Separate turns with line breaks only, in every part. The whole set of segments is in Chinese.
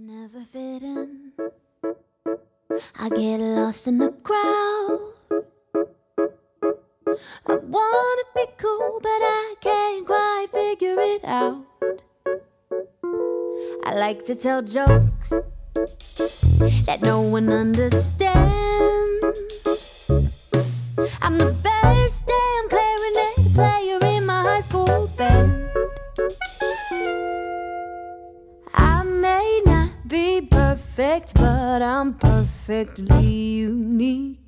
never fit in. I get lost in the crowd. I wanna be cool, but I can't quite figure it out. I like to tell jokes that no one understands. I'm the best damn clarinet player in my high school band. I may not be perfect, but I'm perfectly unique.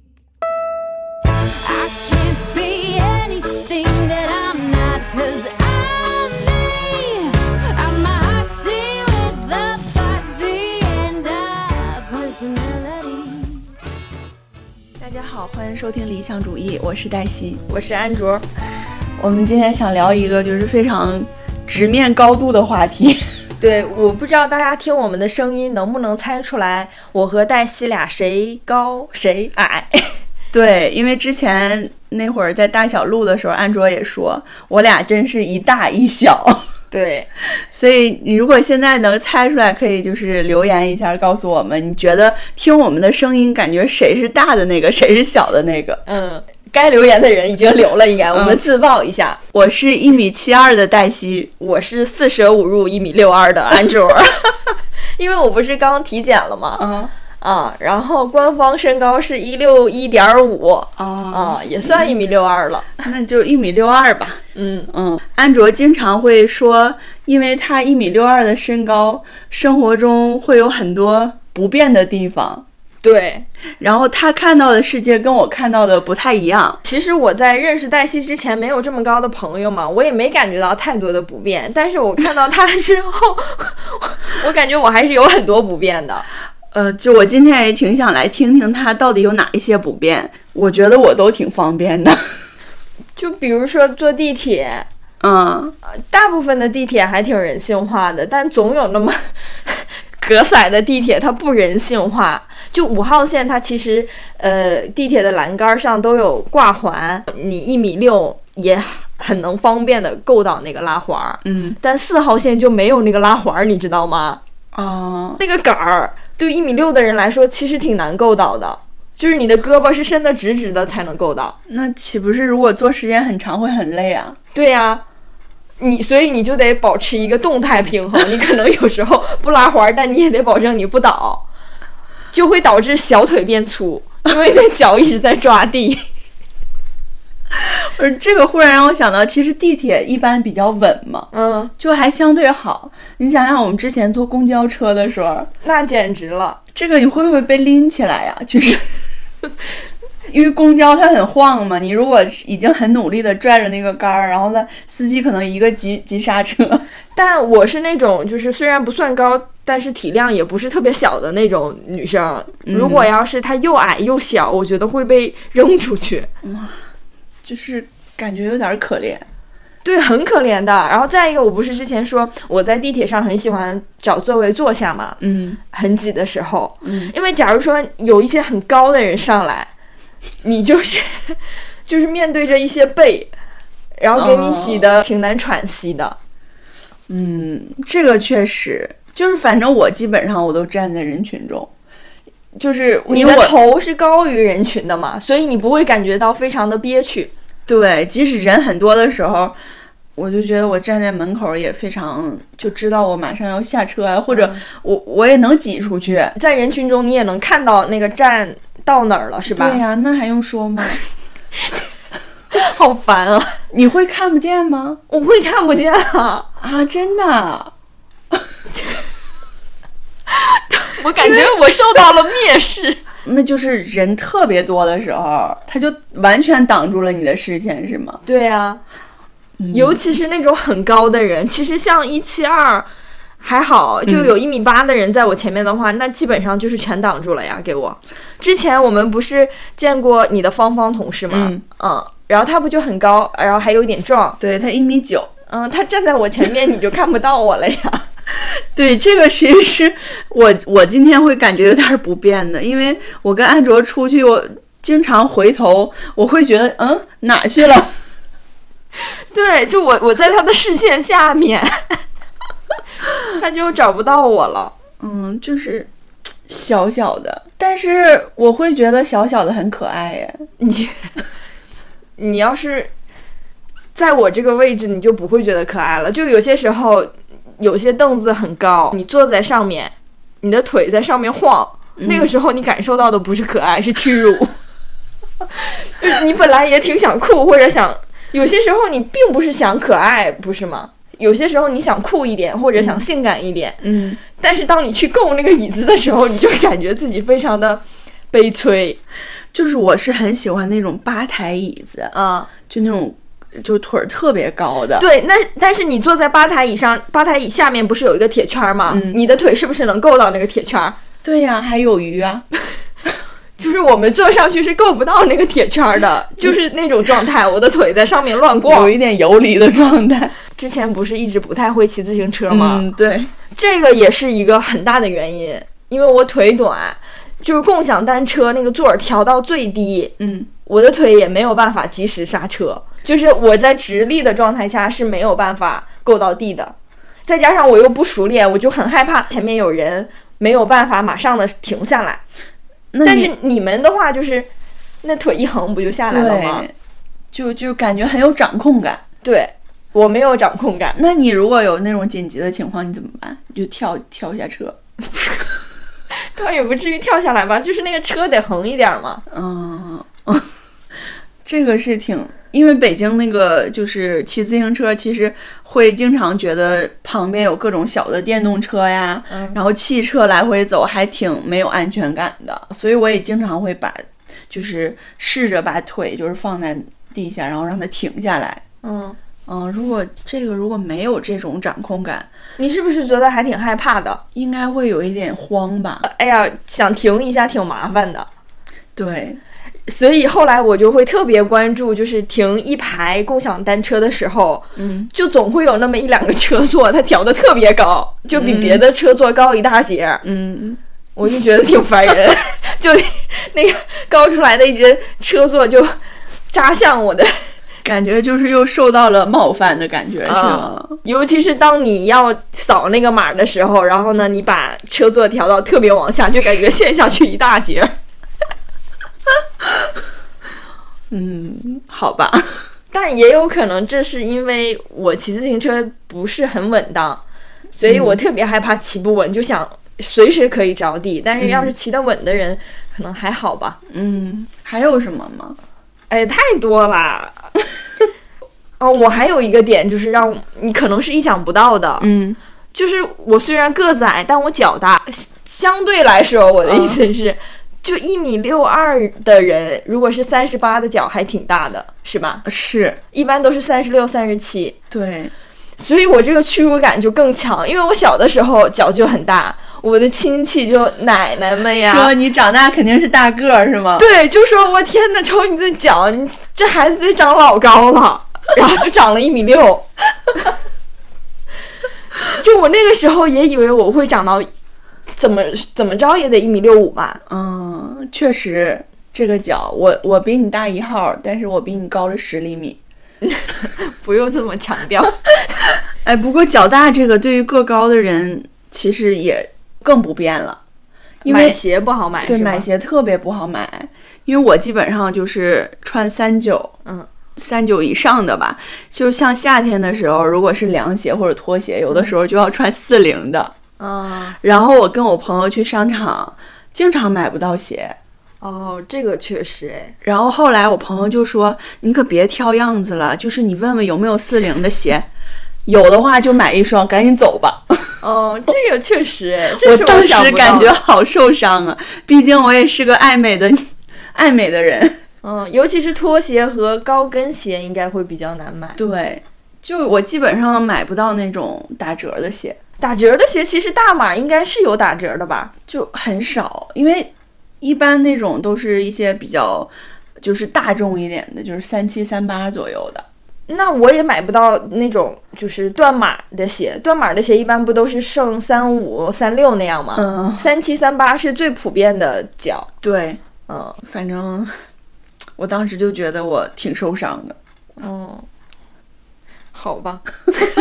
I can't be anything that I'm not, cause I'm me. I'm a hot tea with a body and a personality.
大家好，欢迎收听理想主义，我是黛西。
我是安卓，
我们今天想聊一个就是非常直面高度的话 题，
对，我不知道大家听我们的声音能不能猜出来，我和黛西俩谁高谁矮。
对，因为之前那会儿在大小录的时候，安卓也说我俩真是一大一 小，
对，
所以你如果现在能猜出来，可以就是留言一下告诉我们，你觉得听我们的声音，感觉谁是大的那个，谁是小的那个？
嗯，该留言的人已经留了，应该、我们自报一下，
我是一米七二的黛西，
我是四舍五入一米六二的啊 安卓， 因为我不是刚体检了吗？
啊
啊，然后官方身高是一六一点五。
啊，
啊，也算一米六二了。
那就一米六二吧。
嗯，
嗯，安卓经常会说，因为他一米六二的身高，生活中会有很多不便的地方，
对。
然后他看到的世界跟我看到的不太一样。
其实我在认识黛西之前没有这么高的朋友嘛，我也没感觉到太多的不便。但是我看到她之后， 我感觉我还是有很多不便的。
呃，就我今天也挺想来听听他到底有哪一些不便，我觉得我都挺方便的。
就比如说坐地铁，
嗯，
大部分的地铁还挺人性化的，但总有那么 隔塞的地铁它不人性化。就五号线，它其实呃地铁的栏杆上都有挂环，你一米六也很能方便的够到那个拉环儿。
嗯，
但四号线就没有那个拉环儿，你知道吗？
哦、
那个杆儿对一米六的人来说其实挺难够到的，就是你的胳膊是伸得直直的才能够到。
那岂不是如果坐时间很长会很累啊？
对呀、你所以你就得保持一个动态平衡，你可能有时候不拉环儿，但你也得保证你不倒，就会导致小腿变粗，因为你的脚一直在抓地。
呃，这个忽然让我想到，其实地铁一般比较稳嘛，
嗯，
就还相对好。你想想我们之前坐公交车的时候，
那简直了。
这个你会不会被拎起来呀、 就是因为公交它很晃嘛，你如果是已经很努力的拽着那个杆儿，然后呢，司机可能一个急急刹车，
但我是那种就是虽然不算高，但是体量也不是特别小的那种女生。如果要是她又矮又小，我觉得会被扔出去。
就是感觉有点可怜。
对，很可怜的。然后再一个，我不是之前说我在地铁上很喜欢找座位坐下嘛，
嗯，
很挤的时候，
嗯，
因为假如说有一些很高的人上来，你就是就是面对着一些背，然后给你挤得挺难喘息的。
这个确实就是，反正我基本上我都站在人群中，就是
你
因
的
为我
头是高于人群的嘛，所以你不会感觉到非常的憋屈。
对，即使人很多的时候，我就觉得我站在门口也非常就知道我马上要下车啊，或者我我也能挤出去。
在人群中，你也能看到那个站到哪儿了，是吧？
对呀、那还用说吗？
好烦啊！
你会看不见吗？
我会看不见啊，
啊，真的啊，
我感觉我受到了蔑视。
那就是人特别多的时候，他就完全挡住了你的视线，是吗？
对啊，尤其是那种很高的人，其实像一七二还好，就有一米八的人在我前面的话，那基本上就是全挡住了呀。给我，之前我们不是见过你的芳芳同事吗？
嗯
嗯然后他不就很高，然后还有点壮，
对他一米九，
嗯，他站在我前面，你就看不到我了呀。
对这个其实是我 我今天会感觉有点儿不便的，因为我跟安卓出去，我经常回头，我会觉得嗯哪去了。
对，就 我我在他的视线下面，他就找不到我了。
嗯，就是小小的，但是我会觉得小小的很可爱耶。
你你要是在我这个位置，你就不会觉得可爱了。就有些时候，有些凳子很高，你坐在上面，你的腿在上面晃，那个时候你感受到的不是可爱，是屈辱。 你你本来也挺想酷，或者想，有些时候你并不是想可爱，不是吗？有些时候你想酷一点，或者想性感一点，
嗯，
但是当你去够那个椅子的时候，你就感觉自己非常的悲催
就是我是很喜欢那种吧台椅子，
啊。
就那种就腿儿特别高的。
对，那但是你坐在吧台椅上，吧台椅下面不是有一个铁圈儿吗？
嗯
你的腿是不是能够到那个铁圈儿？
对呀、还有鱼啊。
就是我们坐上去是够不到那个铁圈儿的，就是那种状态，我的腿在上面乱
有
逛。
一点游离的状态。
之前不是一直不太会骑自行车吗？
嗯，对，
这个也是一个很大的原因，因为我腿短，就是共享单车那个座儿调到最低，
嗯，
我的腿也没有办法及时刹车，就是我在直立的状态下是没有办法够到地的。再加上我又不熟练，我就很害怕前面有人，没有办法马上的停下来。
那
但
你
是你们的话就是，那腿一横不就下来了吗？
对，就就感觉很有掌控感。
对我没有掌控感，
那你如果有那种紧急的情况，你怎么办？你就跳跳下车。
倒也不至于跳下来吧，就是那个车得横一点嘛。
嗯，这个是挺，因为北京那个就是骑自行车，其实会经常觉得旁边有各种小的电动车呀，
嗯
然后汽车来回走，还挺没有安全感的。所以我也经常会把，就是试着把腿就是放在地下，然后让它停下来。
嗯，
嗯，如果这个如果没有这种掌控感，
你是不是觉得还挺害怕的？
应该会有一点慌吧？
哎呀，想停一下挺麻烦的。
对，
所以后来我就会特别关注，就是停一排共享单车的时候，
嗯，
就总会有那么一两个车座，它调的特别高，就比别的车座高一大截，儿，
嗯，
我就觉得挺烦 人，就那个高出来的一节车座就扎向我的，
感觉就是又受到了冒犯的感觉，
啊
是吗？
尤其是当你要扫那个码的时候，然后呢，你把车座调到特别往下，就感觉陷下去一大截。儿。
嗯，好吧。
但也有可能这是因为我骑自行车不是很稳当，所以我特别害怕骑不稳，就想随时可以着地。但是要是骑得稳的人，可能还好吧。
嗯，还有什么吗？
哎，太多 啦！哦，我还有一个点就是让你可能是意想不到的，
嗯
就是我虽然个子矮，但我脚大。相相对来说，我的意思是，就一米六二的人，如果是三十八的脚还挺大的，是吧？
呃是
一般都是三十六、三十七。
对，
所以我这个屈辱感就更强，因为我小的时候脚就很大，我的亲戚就奶奶们
说
哎呀，
你长大肯定是大个儿是吗？
对，就说我天哪，瞅你这脚，你这孩子得长老高了， 然后就长了一米六， 就我那个时候也以为我会长到，怎么怎么着也得一米六五吧，
嗯，确实这个脚，我我比你大一号，但是我比你高了十厘米。
不用这么强调，
哎，不过脚大这个对于个高的人其实也更不便了， 因
买
为
鞋不好买，
对
是吗
买，鞋特别不好买，因为我基本上就是穿三九，
嗯，
三九以上的吧。就像夏天的时候，如果是凉鞋或者拖鞋，有的时候就要穿四零的。
嗯，
然后我跟我朋友去商场，经常买不到鞋。
哦，这个确实，哎，
然后后来我朋友就说：“你可别挑样子了，就是你问问有没有四零的鞋，有的话就买一双，赶紧走吧。
哦， 这个确实，哎，”这
我
是
当
想
时
不到
感
的
觉好受伤啊，毕竟我也是个爱美的 爱美的人。
嗯，尤其是拖鞋和高跟鞋应该会比较难买。
对，就我基本上买不到那种打折的鞋，
打折的鞋其实大码应该是有打折的吧？
就很少，因为一般那种都是一些比较就是大众一点的，就是三七三八左右的。
那我也买不到那种就是断码的鞋，断码的鞋一般不都是剩三五、三六那样吗？
嗯，
三七、三八是最普遍的脚。
对，
嗯
反正我当时就觉得我挺受伤的。
嗯， 好吧，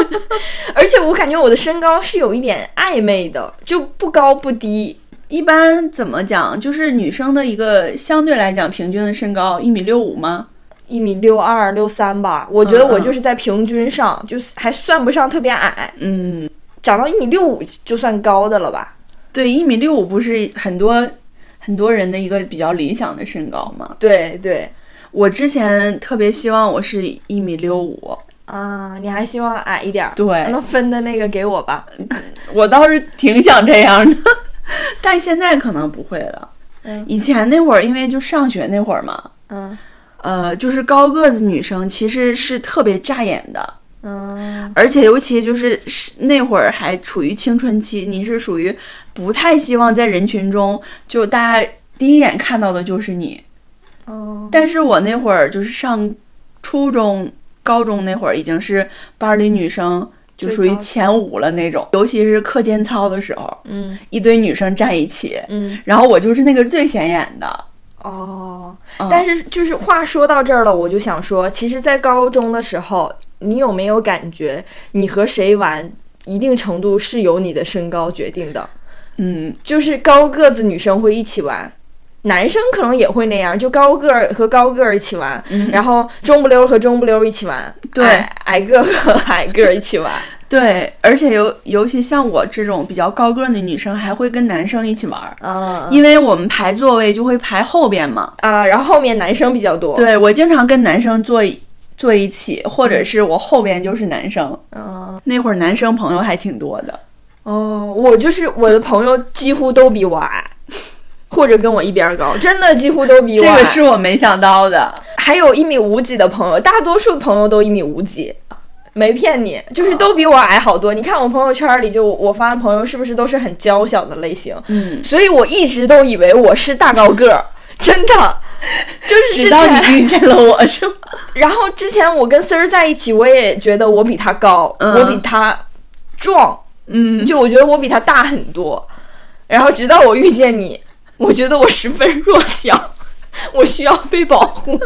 而且我感觉我的身高是有一点暧昧的，就不高不低，
一般怎么讲，就是女生的一个相对来讲平均的身高一米六五吗？
一米六二六三吧。我觉得
嗯
我
嗯
就是在平均上，就是还算不上特别矮，
嗯，
长到一米六五就算高的了吧？
对，一米六五不是很多很多人的一个比较理想的身高吗？
对对
我之前特别希望我是一米六五，
啊，你还希望矮一点儿？
对
能分的那个给我吧。
我倒是挺想这样的， 但现在可能不会了。
嗯
以前那会儿，因为就上学那会儿嘛，
嗯
呃，就是高个子女生其实是特别扎眼的，
嗯，
而且尤其就是是那会儿还处于青春期，你是属于不太希望在人群中就大家第一眼看到的就是你。
哦，
但是我那会儿就是上初中、高中那会儿，已经是班里女生就属
最
于
高
前五了那种，尤其是课间操的时候，
嗯
一堆女生站一起，
嗯，
然后我就是那个最显眼的。
哦，
嗯
但是就是话说到这儿了，我就想说，其实，在高中的时候，你有没有感觉你和谁玩，一定程度是由你的身高决定的？
嗯，
就是高个子女生会一起玩。男生可能也会那样，就高个儿和高个儿一起玩，然后中不溜儿和中不溜儿一起玩，
对
矮矮个儿和 矮个儿一起玩，
对，而且尤尤其像我这种比较高个儿的女生，还会跟男生一起玩儿。
嗯
因为我们排座位就会排后边嘛。
啊，然后后面男生比较多，，
对我经常跟男生坐一坐一起，或者是我后边就是男生。
嗯，
那会儿男生朋友还挺多的。
哦，我就是我的朋友几乎都比我矮， 或者跟我一边儿高，真的几乎都比我
这
矮。
个是我没想到的。
还有一米五几的朋友，大多数朋友都一米五几，没骗你，就是都比我矮好多。你看我朋友圈里就我我发的朋友是不是都是很娇小的类型？
嗯，
所以我一直都以为我是大高个儿，真的。就是之
直到
前，
你遇见了我，是 吗？
然后之前我跟丝儿在一起，我也觉得我比他高，
嗯
我比他壮，
嗯，
就我觉得我比他大很多，然后直到我遇见你，我觉得我十分弱小， 我需要被保护。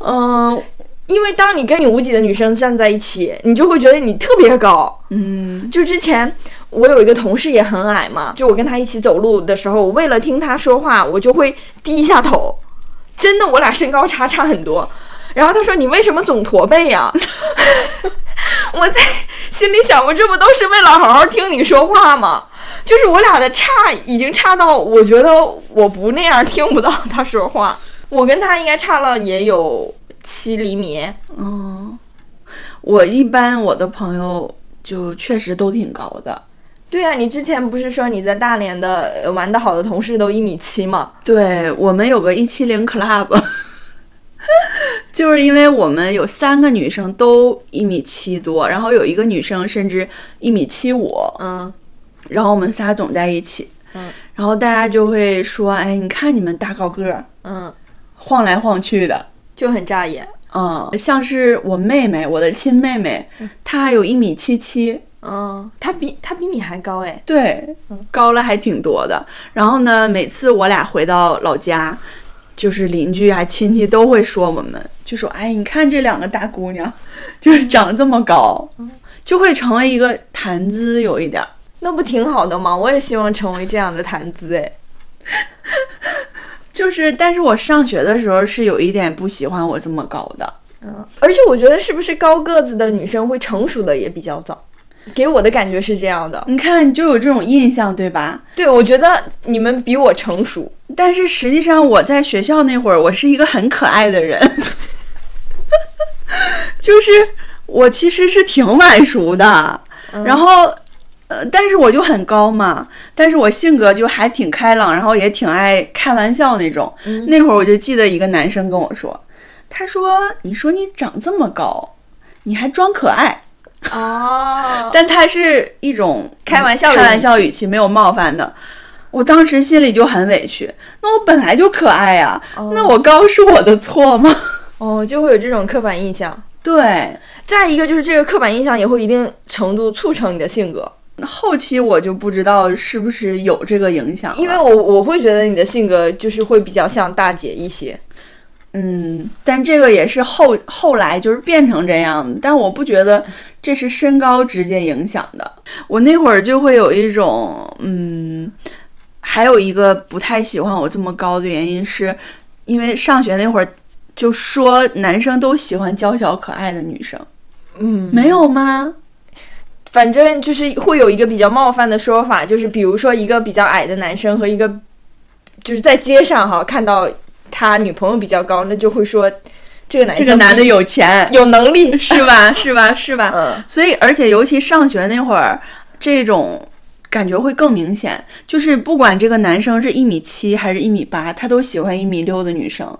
嗯
因为当你跟你无己的女生站在一起，你就会觉得你特别高。
嗯
就之前我有一个同事也很矮嘛，就我跟她一起走路的时候，我为了听她说话，我就会低一下头。真的，我俩身高差差很多。然后她说：“你为什么总驼背呀、 我在心里想，我这不都是为了好好听你说话吗？就是我俩的差已经差到，我觉得我不那样听不到她说话。我跟她应该差了也有七厘米。
嗯，我一般我的朋友就确实都挺高的。
对啊，你之前不是说你在大连的呃玩的好的同事都一米七吗？
对我们有个一七零 club，就是因为我们有三个女生都一米七多，然后有一个女生甚至一米七五，
嗯，
然后我们仨总在一起，
嗯，
然后大家就会说，哎，你看你们大高个儿
嗯，
晃来晃去的。
就很扎眼。
嗯，像是我妹妹，我的亲妹妹，她有一米七七，
嗯，他比他比你还高哎。
对，高了还挺多的。然后呢，每次我俩回到老家，就是邻居啊、亲戚都会说我们，就说：“哎，你看这两个大姑娘，就是长得这么高，就会成为一个谈资，有一点儿。
那不挺好的吗？我也希望成为这样的谈资哎。
就是，但是我上学的时候是有一点不喜欢我这么高的。
嗯，而且我觉得是不是高个子的女生会成熟的也比较早，给我的感觉是这样的。
你看，就有这种印象，对吧？
对，我觉得你们比我成熟。
但是实际上，我在学校那会儿，我是一个很可爱的人， 就是我其实是挺晚熟的，然后。呃，但是我就很高嘛，但是我性格就还挺开朗，然后也挺爱开玩笑那种。那会儿我就记得一个男生跟我说，他说：“你说你长这么高，你还装可爱。
哦，
但他是一种
开玩笑的
开玩
语
笑语气，没有冒犯的。我当时心里就很委屈，那我本来就可爱呀、
哦
那我高是我的错吗？
哦，就会有这种刻板印象。
对，
再一个就是这个刻板印象也会一定程度促成你的性格。
后期我就不知道是不是有这个影响了，
因为我我会觉得你的性格就是会比较像大姐一些，
嗯，但这个也是后后来就是变成这样的，但我不觉得这是身高直接影响的。我那会儿就会有一种，嗯，还有一个不太喜欢我这么高的原因是，因为上学那会儿就说男生都喜欢娇小可爱的女生，
嗯，
没有吗？
反正就是会有一个比较冒犯的说法，就是比如说一个比较矮的男生和一个就是在街上哈看到他女朋友比较高，那就会说这个男
这
生
个男的
比
有 钱，
有能力，
是吧？是吧？是吧？
嗯
所以，而且尤其上学那会儿，这种感觉会更明显。就是不管这个男生是一米七还是一米八，他都喜欢一米六的女生。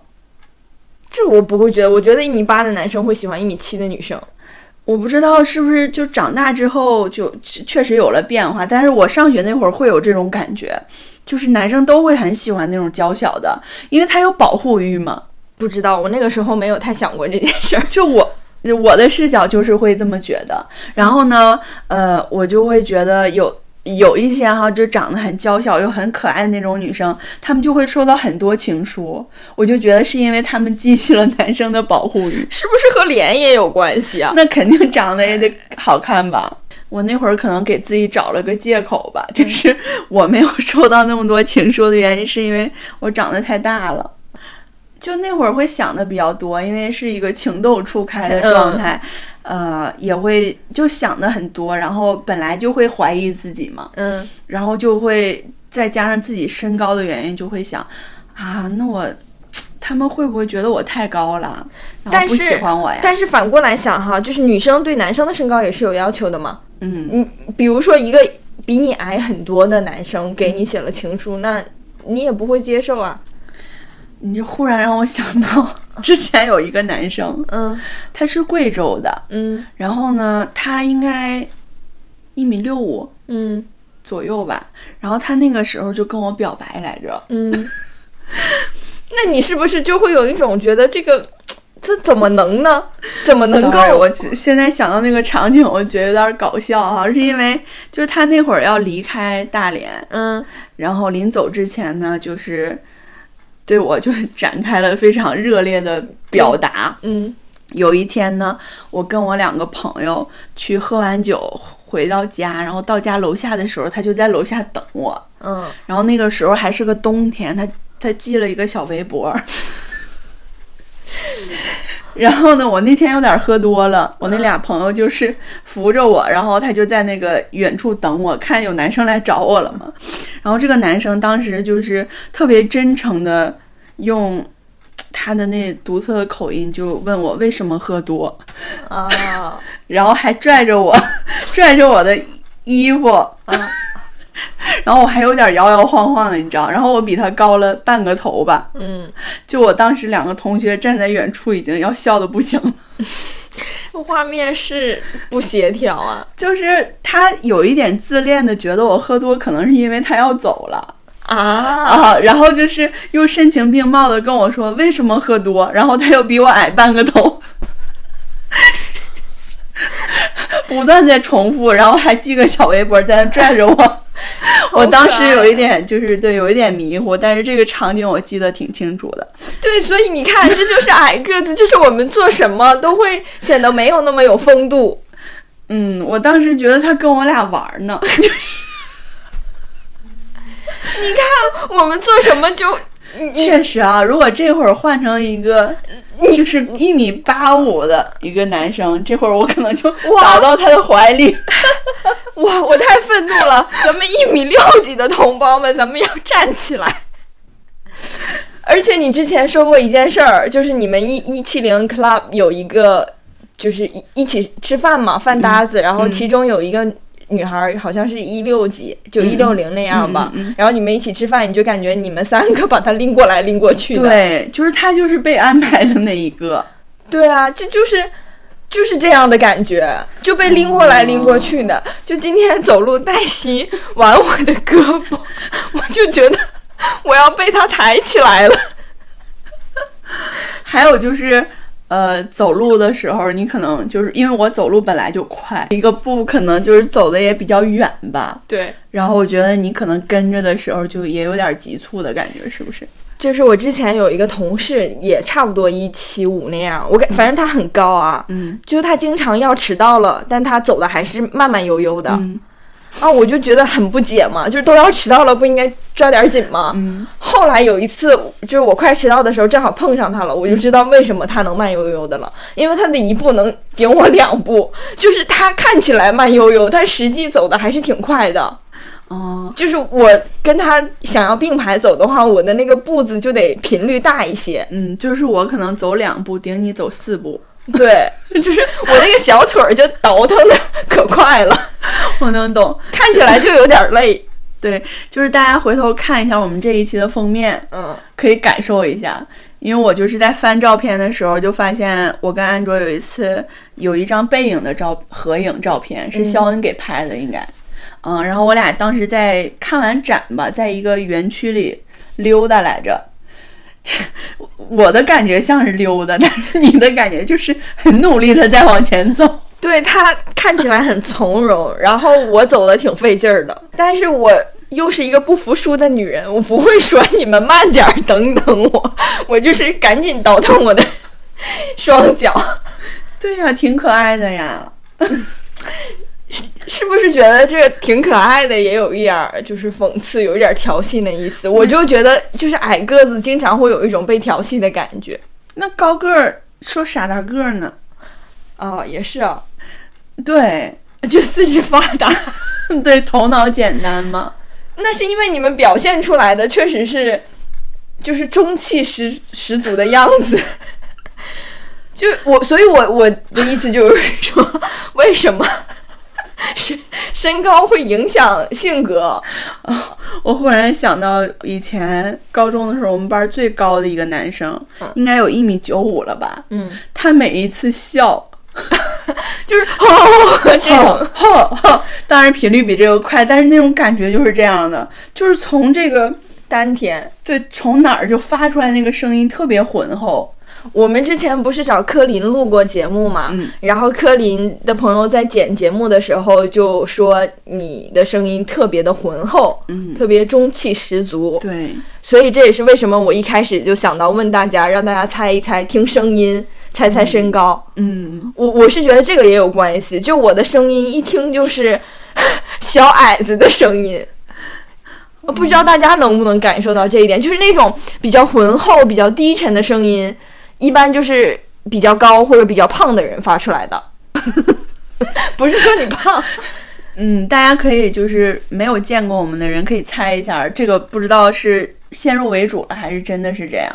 这我不会觉得，我觉得一米八的男生会喜欢一米七的女生。
我不知道是不是就长大之后就确确实有了变化，但是我上学那会儿会有这种感觉，就是男生都会很喜欢那种娇小的，因为他有保护欲嘛。
不知道，我那个时候没有太想过这件事儿。
就我我的视角就是会这么觉得。然后呢，呃，我就会觉得有有一些哈，就长得很娇小又很可爱的那种女生，她们就会收到很多情书。我就觉得是因为她们激起了男生的保护欲，
是不是和脸也有关系啊？
那肯定长得也得好看吧。我那会儿可能给自己找了个借口
嗯
吧，就是我没有收到那么多情书的原因，是因为我长得太大了。就那会儿会想的比较多，因为是一个情窦初开的状态，
嗯
呃，也会就想的很多，然后本来就会怀疑自己嘛，
嗯，
然后就会再加上自己身高的原因，就会想啊，那我他们会不会觉得我太高了，然
但
后不
是
喜欢我呀？
但是反过来想哈，就是女生对男生的身高也是有要求的嘛。
嗯，
嗯，比如说一个比你矮很多的男生给你写了情书，那你也不会接受啊。
你就忽然让我想到 之前有一个男生，
嗯
他是贵州的，
嗯
然后呢，他应该一米六五
嗯
左右吧，然后他那个时候就跟我表白来着，
嗯，那你是不是就会有一种觉得这个这怎么能呢？怎么能
嗯
够
Sorry，我只现在想到那个场景，我觉得有点搞笑哈、是因为就是他那会儿要离开大连，
嗯
然后临走之前呢，就是对我就是展开了非常热烈的表达，
嗯
有一天呢，我跟我两个朋友去喝完酒回到家，然后到家楼下的时候，他就在楼下等我。
嗯，
然后那个时候还是个冬天，他他系了一个小围脖儿。然后呢，我那天有点喝多了，我那俩朋友就是扶着我，然后他就在那个远处等我，看有男生来找我了嘛。然后这个男生当时就是特别真诚的用他的那独特的口音就问我为什么喝多，
啊
然后还拽着我， 拽着我的衣服，
啊
然后我还有点摇摇晃晃的，你知道，然后我比他高了半个头吧，
嗯，
就我当时两个同学站在远处已经要笑的不行了，
画面是不协调啊
就是他有一点自恋的，觉得我喝多可能是因为他要走了。
啊！
啊，然后就是又深情并茂的跟我说为什么喝多，然后他又比我矮半个头，不断在重复，然后还系个小围脖在那拽着我。我当时有一点就是对，有一点迷糊，但是这个场景我记得挺清楚的。
对，所以你看，这就是矮个子，就是我们做什么都会显得没有那么有风度。
嗯，我当时觉得他跟我俩玩儿呢，
你看我们做什么就，
确实啊，如果这会儿换成一个就是一米八五的一个男生，这会儿我可能就倒到他的怀里。
哇，我太愤怒了！咱们一米六几的同胞们，咱们要站起来。而且你之前说过一件事儿，就是你们一一七零 club 有一个，就是一一起吃饭嘛，饭搭子，然
嗯
后其中有一个女孩儿好像是一六几，就一六零那样吧、
嗯嗯
然后你们一起吃饭，你就感觉你们三个把她拎过来拎过去的。
对，就是他就是被安排的那一个。
对啊，这就是就是这样的感觉，就被拎过来拎过去的。就今天走路黛西挽我的胳膊， 我就觉得我要被他抬起来了。
还有就是，呃，走路的时候，你可能就是因为我走路本来就快，一个步可能就是走的也比较远吧。
对，
然后我觉得你可能跟着的时候就也有点急促的感觉，是不是？
就是我之前有一个同事，也差不多一七五那样，我感反正他很高啊，
嗯，
就是他经常要迟到了，但他走的还是慢慢悠悠的，
嗯
啊，我就觉得很不解嘛，就是都要迟到了，不应该抓点紧吗？
嗯
后来有一次，就是我快迟到的时候，正好碰上他了，我就知道为什么他能慢悠悠的了，因为他的一步能顶我两步，就是他看起来慢悠悠，但实际走的还是挺快的。
哦，
就是我跟他想要并排走的话，我的那个步子就得频率大一些。
嗯，就是我可能走两步，顶你走四步，
对， 就是我那个小腿儿就倒腾的可快了，
我能懂。
看起来就有点累。
对，就是大家回头看一下我们这一期的封面，
嗯
可以感受一下。因为我就是在翻照片的时候，就发现我跟安卓有一次有一张背影的照合影照片，是肖恩给拍的，应该。嗯，然后我俩当时在看完展吧，在一个园区里溜达来着。 我的感觉像是溜达，但是你的感觉就是很努力的在往前走。
对他看起来很从容，然后我走的挺费劲儿的，但是我又是一个不服输的女人，我不会说你们慢点儿，等等我， 我就是赶紧倒腾我的双脚，
对呀、挺可爱的呀。
是不是觉得这个挺可爱的，也有一点儿就是讽刺，有一点儿调戏的意思？我就觉得就是矮个子经常会有一种被调戏的感觉。
那高个儿说傻大个儿呢？
啊、也是啊，
对，
就四肢发达，
对，头脑简单嘛。
那是因为你们表现出来的确实是，就是中气十十足的样子。 就我，所以我我的意思就是说，为什么 身身高会影响性格？
我忽然想到以前高中的时候，我们班最高的一个男生，应该有一米九五了吧？
嗯，
他每一次笑，
就是哦，这 种
吼吼，当然频率比这个快，但是那种感觉就是这样的，就是从这个
丹田。
对从哪儿就发出来那个声音特别浑厚。
我们之前不是找柯林录过节目嘛，
嗯
然后柯林的朋友在剪节目的时候就说你的声音特别的浑厚，
嗯，
特别中气十足。
对，
所以这也是为什么我一开始就想到问大家，让大家猜一猜，听声音猜猜身高。
嗯，
我我是觉得这个也有关系，就我的声音一听就是 小矮子的声音。我不知道大家能不能感受到这一点，就是那种比较浑厚、比较低沉的声音，一般就是比较高或者比较胖的人发出来的。 不是说你胖，
嗯，大家可以就是没有见过我们的人可以猜一下，这个不知道是先入为主了还是真的是这样。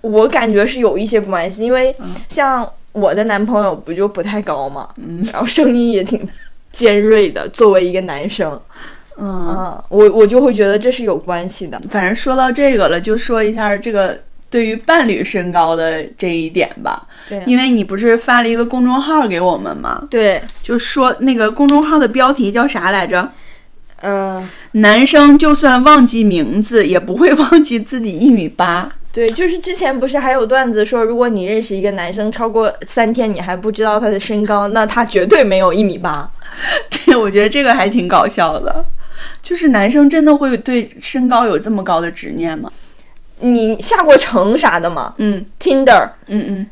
我感觉是有一些关系，因为像我的男朋友不就不太高嘛，然后声音也挺尖锐的，作为一个男生，
嗯
嗯，我我就会觉得这是有关系的。
反正说到这个了，就说一下这个对于伴侣身高的这一点吧，
对啊
因为你不是发了一个公众号给我们吗？
对，
就说那个公众号的标题叫啥来着？
呃，
男生就算忘记名字，也不会忘记自己一米八。
对，就是之前不是还有段子说，如果你认识一个男生超过三天，你还不知道他的身高，那他绝对没有一米八。
对，我觉得这个还挺搞笑的。就是男生真的会对身高有这么高的执念吗？
你下过城啥的吗
嗯
？Tinder
嗯嗯，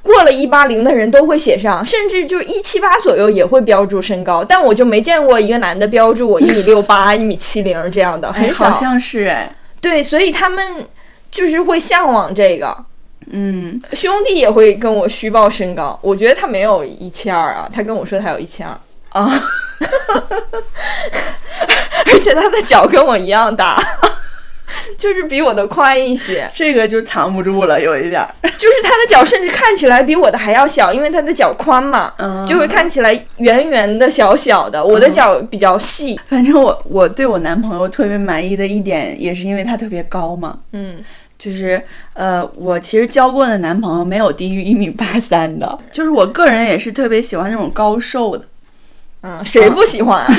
过了一八零的人都会写上，甚至就是一七八左右也会标注身高，但我就没见过一个男的标注我一米六八、一米七零这样的，
哎，
很少。
好像是哎，
对，所以他们就是会向往这个。
嗯，
兄弟也会跟我虚报身高，我觉得他没有一七二啊，他跟我说他有一七二，
啊，
而且他的脚跟我一样大， 就是比我的宽一些，
这个就藏不住了，有一点儿。
就是他的脚甚至看起来比我的还要小，因为他的脚宽嘛，
嗯
就会看起来圆圆的、小小的，我的脚比较细，
反正我我对我男朋友特别满意的一点，也是因为他特别高嘛，
嗯
就是呃，我其实交过的男朋友没有低于一米八三的，就是我个人也是特别喜欢那种高瘦的。
嗯，谁不喜欢、啊？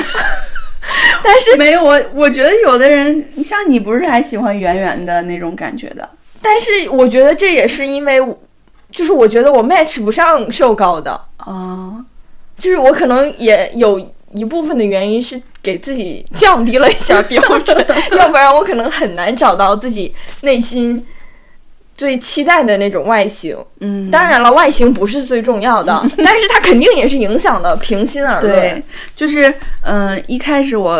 但是
没有我，我觉得有的人像你不是还喜欢圆圆的那种感觉的，
但是我觉得这也是因为我，就是我觉得我 match 不上瘦高的，
啊、
就是我可能也有一部分的原因是给自 己降低了一下标准，要不然我可能很难找到自己内心最期待的那种外形。
嗯，
当然了，外形不是最重要 的，但是它肯定也是影响的。平心而论
对，，就是嗯、呃一开始我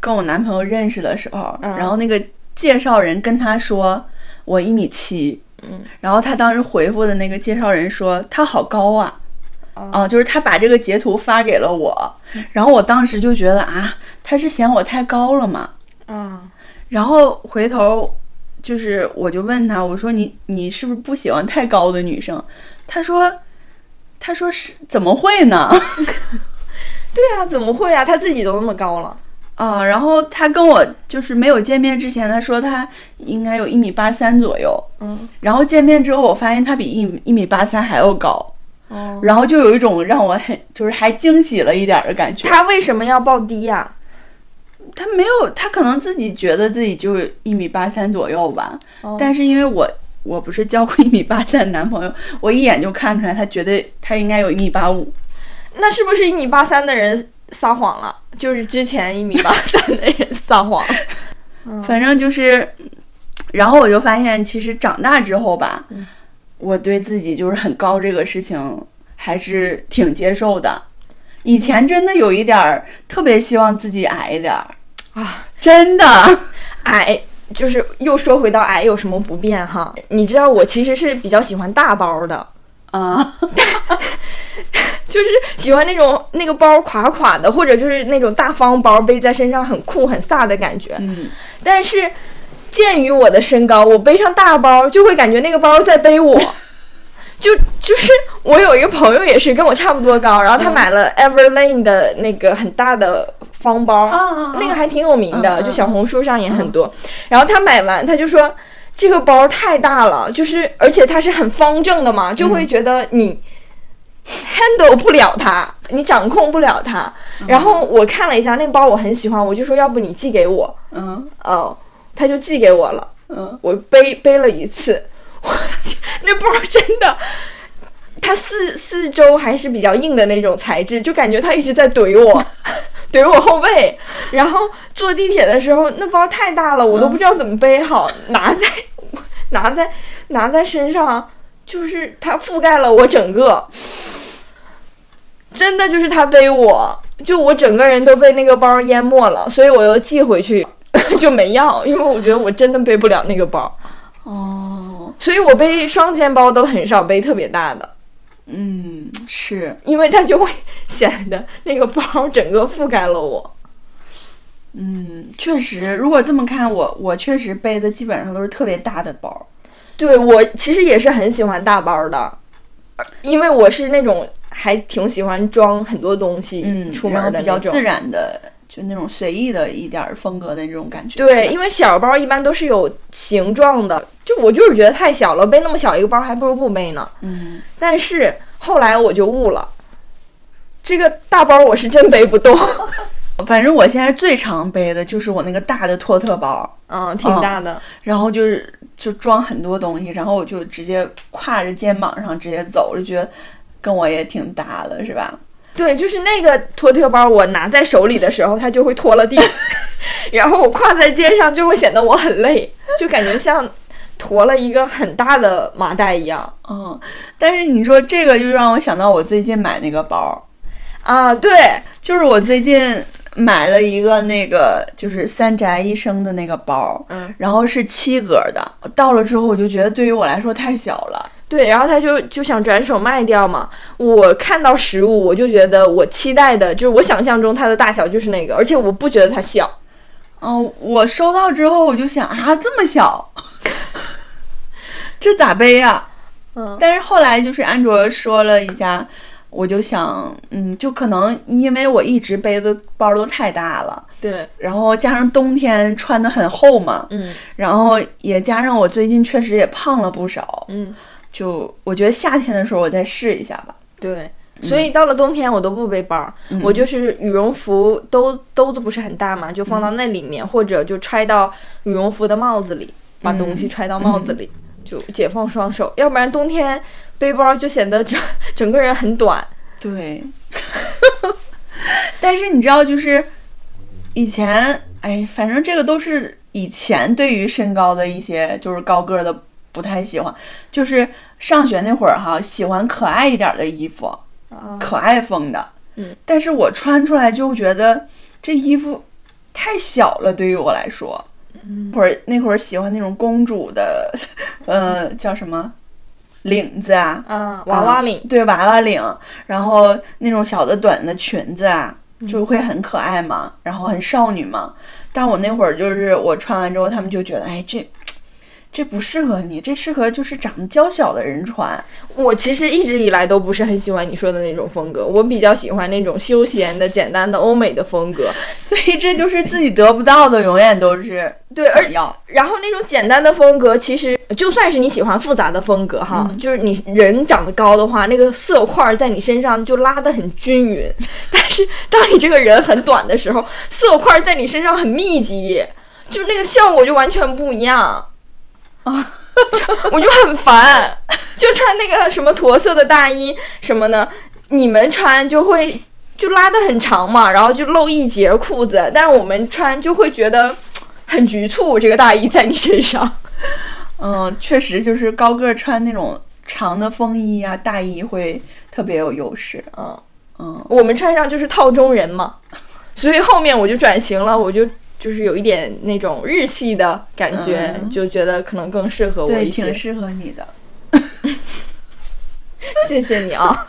跟我男朋友认识的时候，
嗯
然后那个介绍人跟他说我一米七，
嗯，
然后他当时回复的那个介绍人说他好高啊。
哦嗯
啊，就是他把这个截图发给了我，然后我当时就觉得啊，他是嫌我太高了嘛。
啊，
然后回头就是我就问他，我说你你是不是不喜欢太高的女生？他说，他说是怎么会呢？
对啊，怎么会啊？他自己都那么高了，
啊，然后他跟我就是没有见面之前，他说他应该有一米八三左右，
嗯，
然后见面之后，我发现他比一一米八三还要高，
哦，
然后就有一种让我很就是还惊喜了一点儿的感觉。
他为什么要报低啊呀、
他没有，他可能自己觉得自己就一米八三左右吧，
哦
但是因为我我不是交过一米八三的男朋友，我一眼就看出来他绝对他应该有一米八五，
那是不是一米八三的人撒谎了？就是之前一米八三的人撒谎。
反正就是，然后我就发现，其实长大之后吧，
嗯
我对自己就是很高这个事情还是挺接受的。以前真的有一点儿特别希望自己矮一点儿
啊，
真的，
矮，就是又说回到矮有什么不便哈？你知道我其实是比较喜欢大包的，
啊，
就是喜欢那种那个包垮垮的，或者就是那种大方包背在身上很酷很飒的感觉。
嗯，
但是鉴于我的身高，我背上大包就会感觉那个包在背我。 就就是我有一个朋友也是跟我差不多高，然后他买了 Everlane 的那个很大的方包，
啊
那个还挺有名
嗯
的，
嗯
就小红书上也很多。然后他买完，他就说这个包太大了，就是而且它是很方正的嘛，
嗯
就会觉得你 handle 不了它，你掌控不了它。
嗯
然后我看了一下那包，我很喜欢，我就说要不你寄给我，
嗯
哦，他就寄给我了，
嗯，
我背背了一次，我天那包真的。它四四周还是比较硬的那种材质，就感觉它一直在怼我， 怼我后背。然后坐地铁的时候，那包太大了，我都不知道怎么背好，拿在 拿在拿在身上，就是它覆盖了我整个，真的就是它背我，就我整个人都被那个包淹没了，所以我又寄回去 就没要，因为我觉得我真的背不了那个包，
哦，
所以我背双肩包都很少背特别大的。
嗯，是，
因为它就会显得那个包整个覆盖了我。
嗯，确实，如果这么看，我我确实背的基本上都是特别大的包，
对我其实也是很喜欢大包的，呃因为我是那种还挺喜欢装很多东西
嗯，
出
然后
门的
比较
那种。
自然的，就那种随意的一点儿风格的那种感觉，
对，
是吧
因为小包一般都是有形状的，就我就是觉得太小了，背那么小一个包还不如不背呢。
嗯。
但是后来我就悟了，这个大包我是真背不动，
反正我现在最常背的就是我那个大的托特包，
嗯，挺大的。
然后就是就装很多东西，然后我就直接挎着肩膀上直接走，我就觉得跟我也挺搭的，是吧？
对，就是那个托特包，我拿在手里的时候，它就会拖了 地，然后我挎在肩上就会显得我很累，就感觉像驮了一个很大的麻袋一样
嗯，但是你说这个就让我想到我最近买那个包，
啊。对，
就是我最近买了一个那个就是三宅一生的那个包，
嗯，
然后是七格的，到了之后我就觉得对于我来说太小了，
对，然后他就就想转手卖掉嘛。我看到实物，我就觉得我期待的，就是我想象中它的大小就是那个，而且我不觉得它小。
嗯，我收到之后我就想啊，这么小， 这咋背呀、
嗯
但是后来就是安卓说了一下，我就想，嗯，就可能因为我一直背的包都太大了，
对，
然后加上冬天穿的很厚嘛，
嗯
然后也加上我最近确实也胖了不少，
嗯，
就我觉得夏天的时候我再试一下吧。
对。所以到了冬天，我都不背包儿，我就是羽绒服兜兜子不是很大嘛，就放到那里面，或者就揣到羽绒服的帽子里，把东西揣到帽子里，就解放双手。要不然冬天背包儿就显得整 整个人很短。
对， 但是你知道，就是以前，哎，反正这个都是以前对于身高的一些就是高个儿的不太喜欢，就是上学那会儿哈，喜欢可爱一点的衣服，
啊
可爱风的。
嗯，
但是我穿出来就觉得这衣服太小了，对于我来说。
嗯
或者那会儿喜欢那种公主的，呃，叫什么领子啊，
啊，娃娃领
啊，对娃娃领，然后那种小的短的裙子啊，
嗯
就会很可爱嘛，然后很少女嘛。但我那会儿就是我穿完之后，他们就觉得，哎，这这不适合你，这适合就是长得娇小的人穿。
我其实一直以来都不是很喜欢你说的那种风格，我比较喜欢那种休闲的、简单的欧美的风格。
所以这就是自己得不到的，永远都是
对而
想要。
然后那种简单的风格，其实就算是你喜欢复杂的风格哈，就是你人长得高的话，那个色块儿在你身上就拉得很均匀。 但是当你这个人很短的时候，色块儿在你身上很密集，就那个效果就完全不一样。啊， 我就很烦，就穿那个什么驼色的大衣什么的，你们穿就会就拉得很长嘛，然后就露一截裤子，但是我们穿就会觉得。很局促，这个大衣在你身上。
嗯，确实就是高个儿穿那种长的风衣啊、大衣会特别有优势。
嗯，
嗯，
我们穿上就是套中人嘛，所以后面我就转型了，我就就是有一点那种日系的感觉，
嗯
就觉得可能更适合我
对，
一些
嗯挺。适合你的。
谢谢 你啊，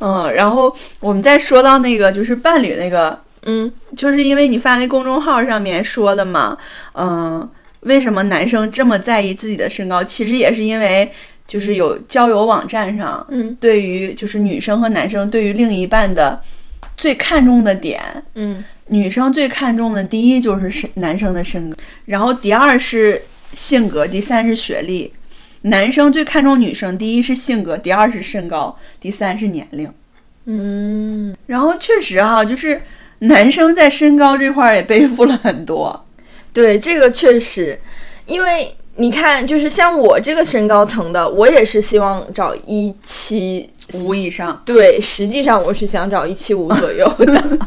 嗯，然后我们再说到那个就是伴侣那个
嗯
就是因为你发那公众号上面说的嘛，嗯、为什么男生这么在意自己的身高？其实也是因为，就是有交友网站上
嗯
对于就是女生和男生对于另一半的最看重的点，
嗯
女生最看重的第一就是身男生的身高，然后第二是性格，第三是学历。男生最看重女生，第一是性格，第二是身高，第三是年龄。
嗯，
然后确实哈、就是男生在身高这块儿也背负了很多。
对，这个确实，因为你看，就是像我这个身高层的，我也是希望找一七。
五以上，
对，实际上我是想找一七五 左右的，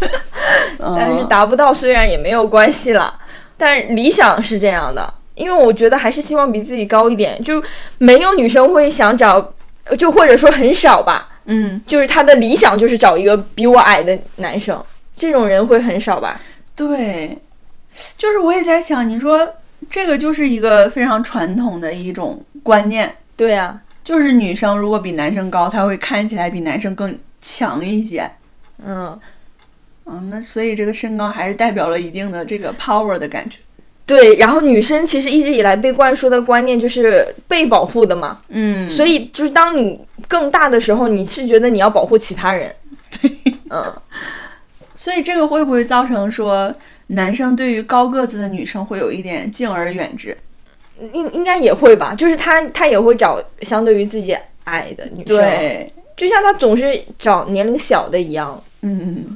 但是
嗯
达不到虽然也没有关系啦，但理想是这样的，因为我觉得还是希望比自己高一点，就没有女生会想找，就或者说很少吧，
嗯，
就是她的理想就是找一个比我矮的男生，这种人会很少吧？
对，就是我也在想，你说这个就是一个非常传统的一种观念，
对啊呀、
就是女生如果比男生高，她会看起来比男生更强一些。
嗯，
嗯，那所以这个身高还是代表了一定的这个 power 的感觉。
对。然后女生其实一直以来被灌输的观念就是被保护的嘛，
嗯，
所以就是当你更大的时候，你是觉得你要保护其他人。对，嗯。
所以这个会不会造成说男生对于高个子的女生会有一点敬而远之？
应应该也会吧，就是他他也会找相对于自己矮的女生，，就像他总是找年龄小的一样。
嗯，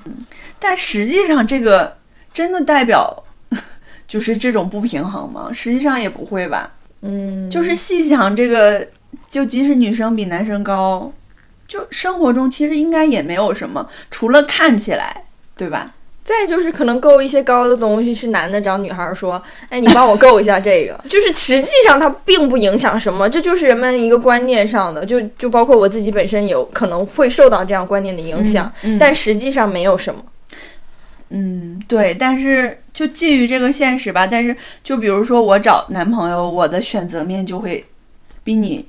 但实际上这个真的代表 就是这种不平衡吗？实际上也不会吧。
嗯，
就是细想这个，就即使女生比男生高，就生活中其实应该也没有什么，除了看起来，对吧？
再就是可能够一些高的东西，是男的找女孩儿说，哎，你帮我够一下这个， 就是实际上它并不影响什么，这就是人们一个观念上的，就就包括我自己本身有可能会受到这样观念的影响，
嗯嗯
但实际上没有什么。
嗯，对。但是就基于这个现实吧，但是就比如说我找男朋友，我的选择面就会比你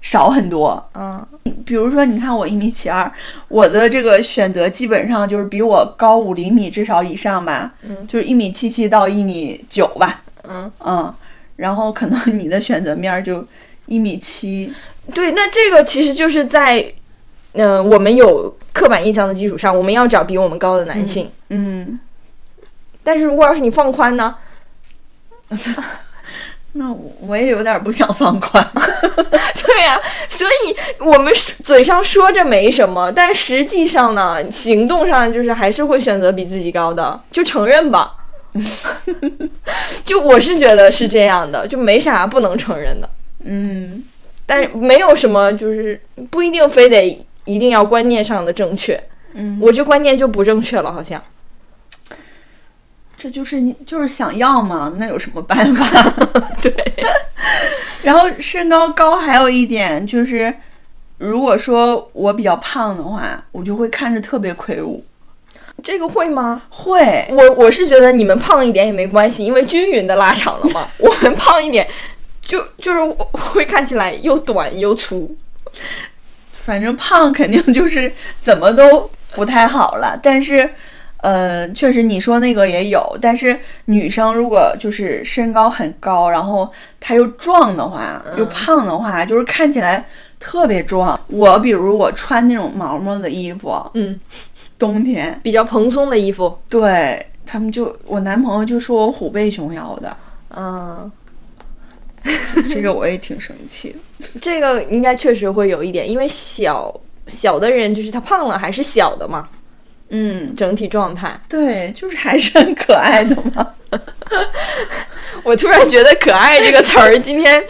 少很多。
嗯
比如说，你看我一米七二，我的这个选择基本上就是比我高五厘米至少以上吧，
嗯
就是一米七七到一米九吧，
嗯，
嗯，然后可能你的选择面儿就一米七，
对，那这个其实就是在，嗯、我们有刻板印象的基础上，我们要找比我们高的男性。
嗯，
但是如果要是你放宽呢？
那我我也有点不想放宽，
对呀、所以我们是嘴上说着没什么，但实际上呢，行动上就是还是会选择比自己高的，就承认吧。 就我是觉得是这样的，就没啥不能承认的，
嗯，
但是没有什么就是不一定非得一定要观念上的正确。
嗯，
我这观念就不正确了，好像。
这就是你就是想要嘛，那有什么办法？
对，
然后身高高还有一点就是，如果说我比较胖的话，我就会看着特别魁梧。
这个会吗？
会，
我我是觉得你们胖一点也没关系，因为均匀的拉长了嘛。 我们胖一点，就就是我我会看起来又短又粗。
反正胖肯定就是怎么都不太好了。但是，呃，确实你说那个也有，但是女生如果就是身高很高，然后她又壮的话，又胖的话，就是看起来特别壮。我比如我穿那种毛毛的衣服，
嗯，
冬天
比较蓬松的衣服，
对他们就我男朋友就说我虎背熊腰的，
嗯，
这个我也挺生气的。
这个应该确实会有一点，因为小小的人就是他胖了还是小的嘛，
嗯，
整体状态。
对，就是还是很可爱的嘛。
我突然觉得“可爱”这个词儿今天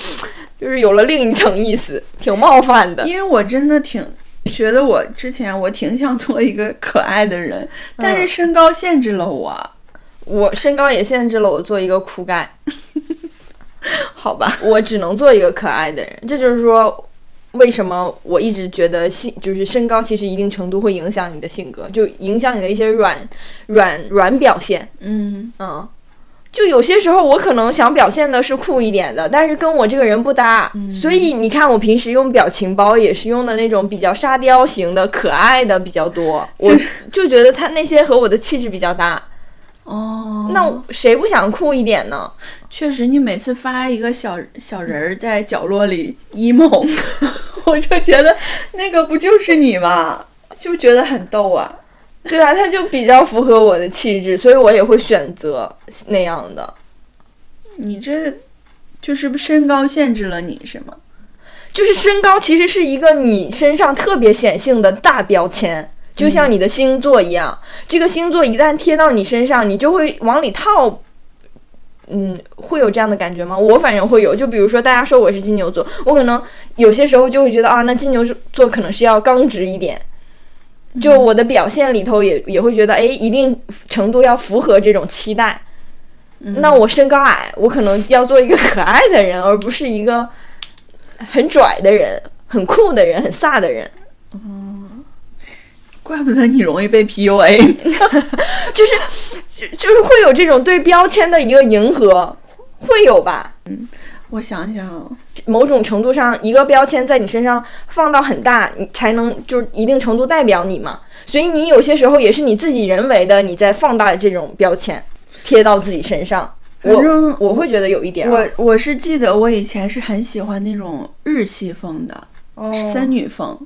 就是有了另一层意思， 挺冒犯的。
因为我真的挺觉得我之前我挺想做一个可爱的人，但是身高限制了我。
我身高也限制了我做一个酷盖，好吧，我只能做一个可爱的人。这就是说，为什么我一直觉得性就是身高，其实一定程度会影响你的性格，就影响你的一些软软软表现。
嗯，
嗯，就有些时候我可能想表现的是酷一点的，但是跟我这个人不搭，所以你看我平时用表情包也是用的那种比较沙雕型的、可爱的比较多，我就觉得他那些和我的气质比较搭。
哦，
那谁不想酷一点呢？
确实，你每次发一个小小人儿在角落里 emo，我 就觉得那个不就是你吗？就觉得很逗啊。
对啊，他就比较符合我的气质，所以我也会选择那样的。
你这就是身高限制了你是吗？
就是身高其实是一个你身上特别显性的大标签，就像你的星座一样，这个星座一旦贴到你身上，你就会往里套。嗯，会有这样的感觉吗？我反正会有，就比如说大家说我是金牛座，我可能有些时候就会觉得啊，那金牛座可能是要刚直一点，就我的表现里头也也会觉得，哎，一定程度要符合这种期待。那我身高矮，我可能要做一个可爱的人，而不是一个很拽的人、很酷的人、很飒的人，
怪不得你容易被 PUA。
就是就就是会有这种对标签的一个迎合，会有吧？
我想想啊，
某种程度上，一个标签在你身上放到很大，你才能就是一定程度代表你嘛。所以你有些时候也是你自己人为的，你在放大这种标签贴到自己身上。
反正
我我会觉得有一点啊、
我我是记得我以前是很喜欢那种日系风的、
哦
森女风，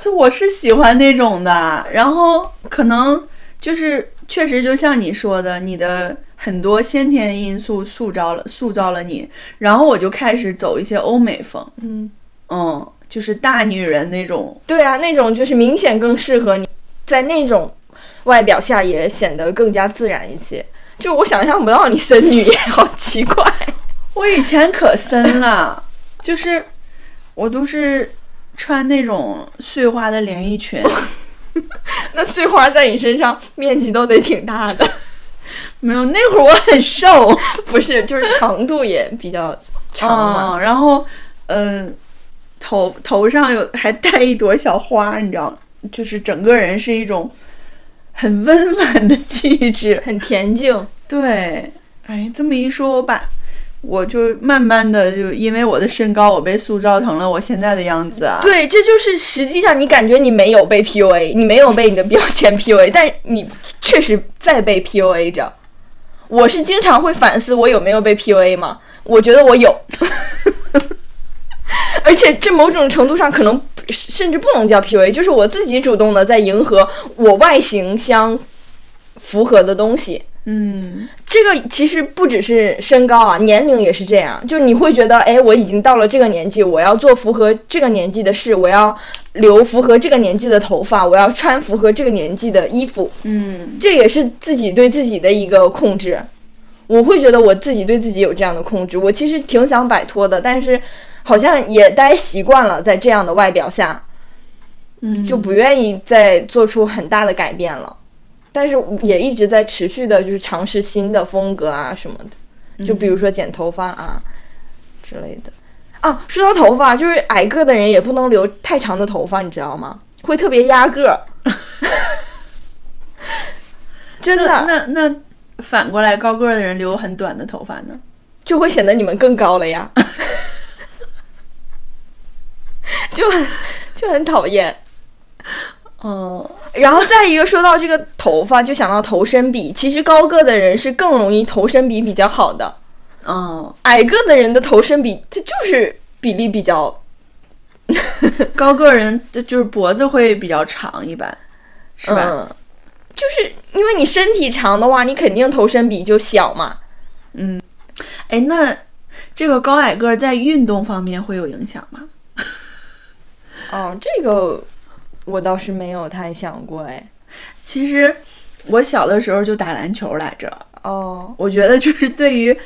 就我是喜欢那种的。然后可能就是确实就像你说的，你的很多先天因素塑造了塑造了你，然后我就开始走一些欧美风，
嗯。
嗯，就是大女人那种。
对啊，那种就是明显更适合你，在那种外表下也显得更加自然一些。就我想象不到你森女，好奇怪。
我以前可森了，就是我都是穿那种碎花的连衣裙。
那碎花在你身上面积都得挺大的，
没有， 那会儿我很瘦，
不是？就是长度也比较长嘛。
嗯，然后，嗯、头头上有还带一朵小花，你知道，就是整个人是一种很温婉的气 质。
很恬静，
对，哎，这么一说，我把我就慢慢的就因为我的身高，我被塑造成了我现在的样子啊。，
对，这就是实际上你感觉你没有被 PUA，你没有被你的标签 PUA，但你确实在被 PUA 着。我是经常会反思我有没有被 PUA 吗？我觉得我有， 而且这某种程度上可能甚至不能叫 PUA，就是我自己主动的在迎合我外形相符合的东西。
嗯，
这个其实不只是身高啊，年龄也是这样。就你会觉得，哎，我已经到了这个年纪，我要做符合这个年纪的事，我要留符合这个年纪的头发，我要穿符合这个年纪的衣服。
嗯，
这也是自己对自己的一个控制。我会觉得我自己对自己有这样的控制，我其实挺想摆脱的，但是好像也待习惯了在这样的外表下，
嗯
就不愿意再做出很大的改变了。但是也一直在持续的，就是尝试新的风格啊什么的，就比如说剪头发啊之类的。啊，说到头发，就是矮个的人也不能留太长的头发，你知道吗？会特别压个儿。真
那
的
那那反过来，高个儿的人留很短的头发呢？
就会显得你们更高了 呀，就很就很讨厌。
哦，
然后再一个说到这个头发，就想到头身比，其实高个的人是更容易头身比比较好的，
哦，
矮个的人的头身比它就是比例比较
高个儿人就就是脖子会比较长，一般是吧？
嗯，就是因为你身体长的话，你肯定头身比就小嘛。
哎、那这个高矮个儿在运动方面会有影响吗？
哦，这个我倒是没有太想过哎。
其实我小的时候就打篮球来着，
哦，
我觉得就是对于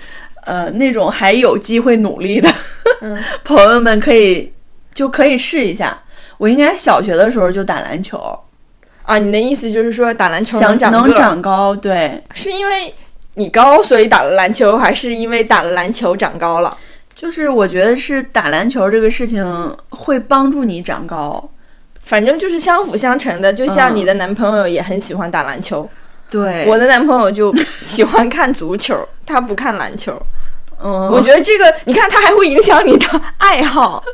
呃那种还有机会努力的
嗯
朋友们，可以就可以试一下。我应该小学的时候就打篮球，
啊，你的意思就是说打篮球
想
长个
能
儿，
长高，对，
是因为你高所以打了篮球，还是因为打了篮球长高了？
就是我觉得是打篮球这个事情会帮助你长高，
反正就是相辅相成的，就像
嗯
你的男朋友也很喜欢打篮球，
对，
我的男朋友就喜欢看足球，他不看篮球。
嗯，
我觉得这个，你看，它还会影响你的爱好。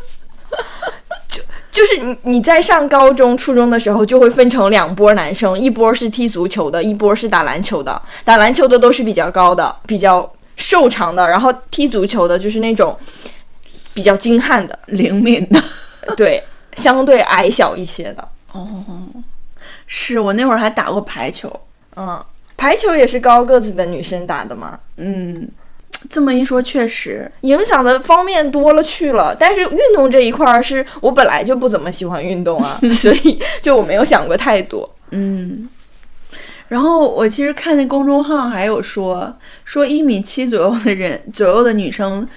就就是你你在上高中、初中的时候，就会分成两波男生，一波是踢足球的，一波是打篮球的。打篮球的都是比较高的、比较瘦长的，然后踢足球的就是那种比较精悍的，
灵敏的。
对，相对矮小一些的。
哦，是我那会儿还打过排球，
嗯，排球也是高个子的女生打的嘛，
嗯，这么一说确实，
影响的方面多了去了，但是运动这一块儿是我本来就不怎么喜欢运动啊，所以就我没有想过太多。
嗯。然后我其实看那公众号还有说，说一米七左右的人左右的女生，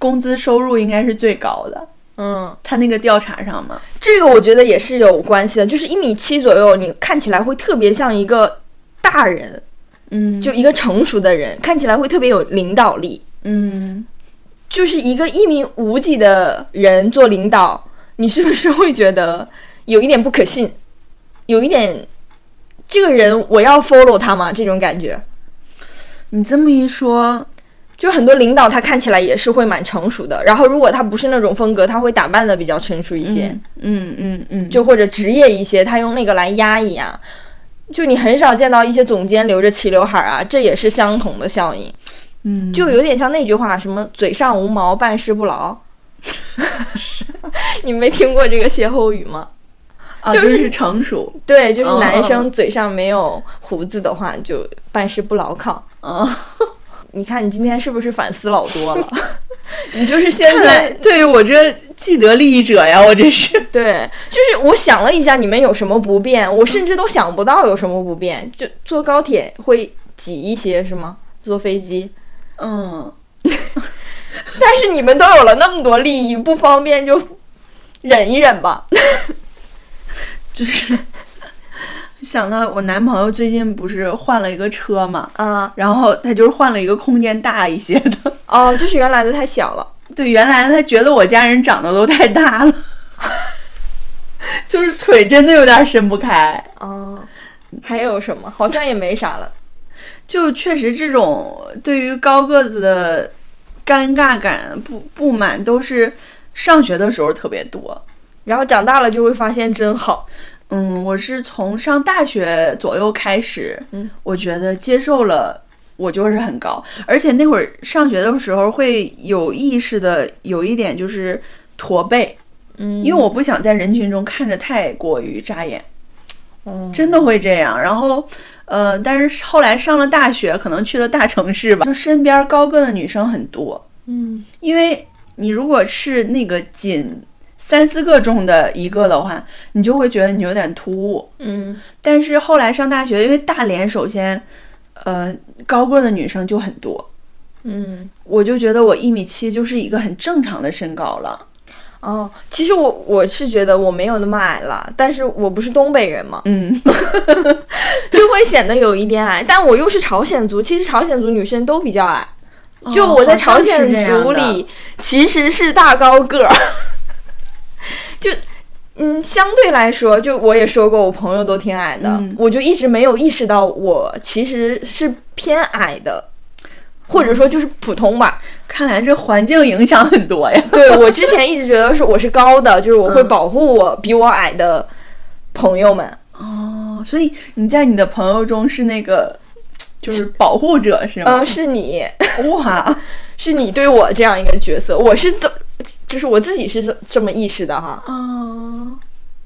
工资收入应该是最高的。
嗯，
他那个调查上嘛，
这个我觉得也是有关系的，就是一米七左右，你看起来会特别像一个大人，
嗯
就一个成熟的人，看起来会特别有领导力。
嗯，
就是一个一米五几的人做领导，你是不是会觉得有一点不可信，有一点这个人我要 follow 他吗？这种感觉。
你这么一说，
就很多领导他看起来也是会蛮成熟的，然后如果他不是那种风格，他会打扮的比较成熟一些，
嗯嗯嗯，
就或者职业一些，他用那个来压一压。就你很少见到一些总监留着齐刘海儿啊，这也是相同的效应，
嗯
就有点像那句话，什么“嘴上无毛，办事不牢” 你没听过这个歇后语吗？
啊，
就是
真是成熟
对，就是男
哦
生嘴上没有胡子的话，就办事不牢靠。
啊。
你看你今天是不是反思老多了？ 你就是现
看
在
来对于我这既得利益者呀，我这是
对，就是我想了一下，你们有什么不便？我甚至都想不到有什么不便。就坐高铁会挤一些是吗？坐飞机，
嗯，
但是你们都有了那么多利益，不方便就忍一忍吧。
就是 想到我男朋友最近不是换了一个车嘛，
啊、
然后他就是换了一个空间大一些的。
哦，就是原来的太小了。
对，原来他觉得我家人长得都太大了， 就是腿真的有点伸不开。
哦，还有什么？好像也没啥了。
就确实这种对于高个子的尴尬感、不不满，都是上学的时候特别多。
然后长大了就会发现真好。
嗯，我是从上大学左右开始，
嗯
我觉得接受了。我就是很高，而且那会儿上学的时候会有意识的有一点就是驼背，
嗯
因为我不想在人群中看着太过于扎眼，
嗯
真的会这样。然后，呃，但是后来上了大学，可能去了大城市吧，就身边高个的女生很多，
嗯
因为你如果是那个仅三四个中的一个的话，你就会觉得你有点突兀。
嗯
但是后来上大学，因为大连首先，呃，高个的女生就很多，
嗯。
我就觉得我一米七就是一个很正常的身高了。
哦，其实我我是觉得我没有那么矮了，但是我不是东北人嘛，
嗯，
就会显得有一点矮。但我又是朝鲜族，其实朝鲜族女生都比较矮，就我在朝
哦好像是这
鲜
样
族
的
里其实是大高个儿， 就嗯，相对来说，就我也说过，我朋友都挺矮的，
嗯
我就一直没有意识到我其实是偏矮的，或者说就是普通吧。
看来这环境影响很多 呀。
对我之前一直觉得是我是高的，就是我会保护我比我矮的朋友们。
哦，所以你在你的朋友中是那个就是保护者是
嗯、
吗？啊
是你，
哇，
是你对我这样一个角色，我是怎，就是我自己是这这么意识的哈。
哦，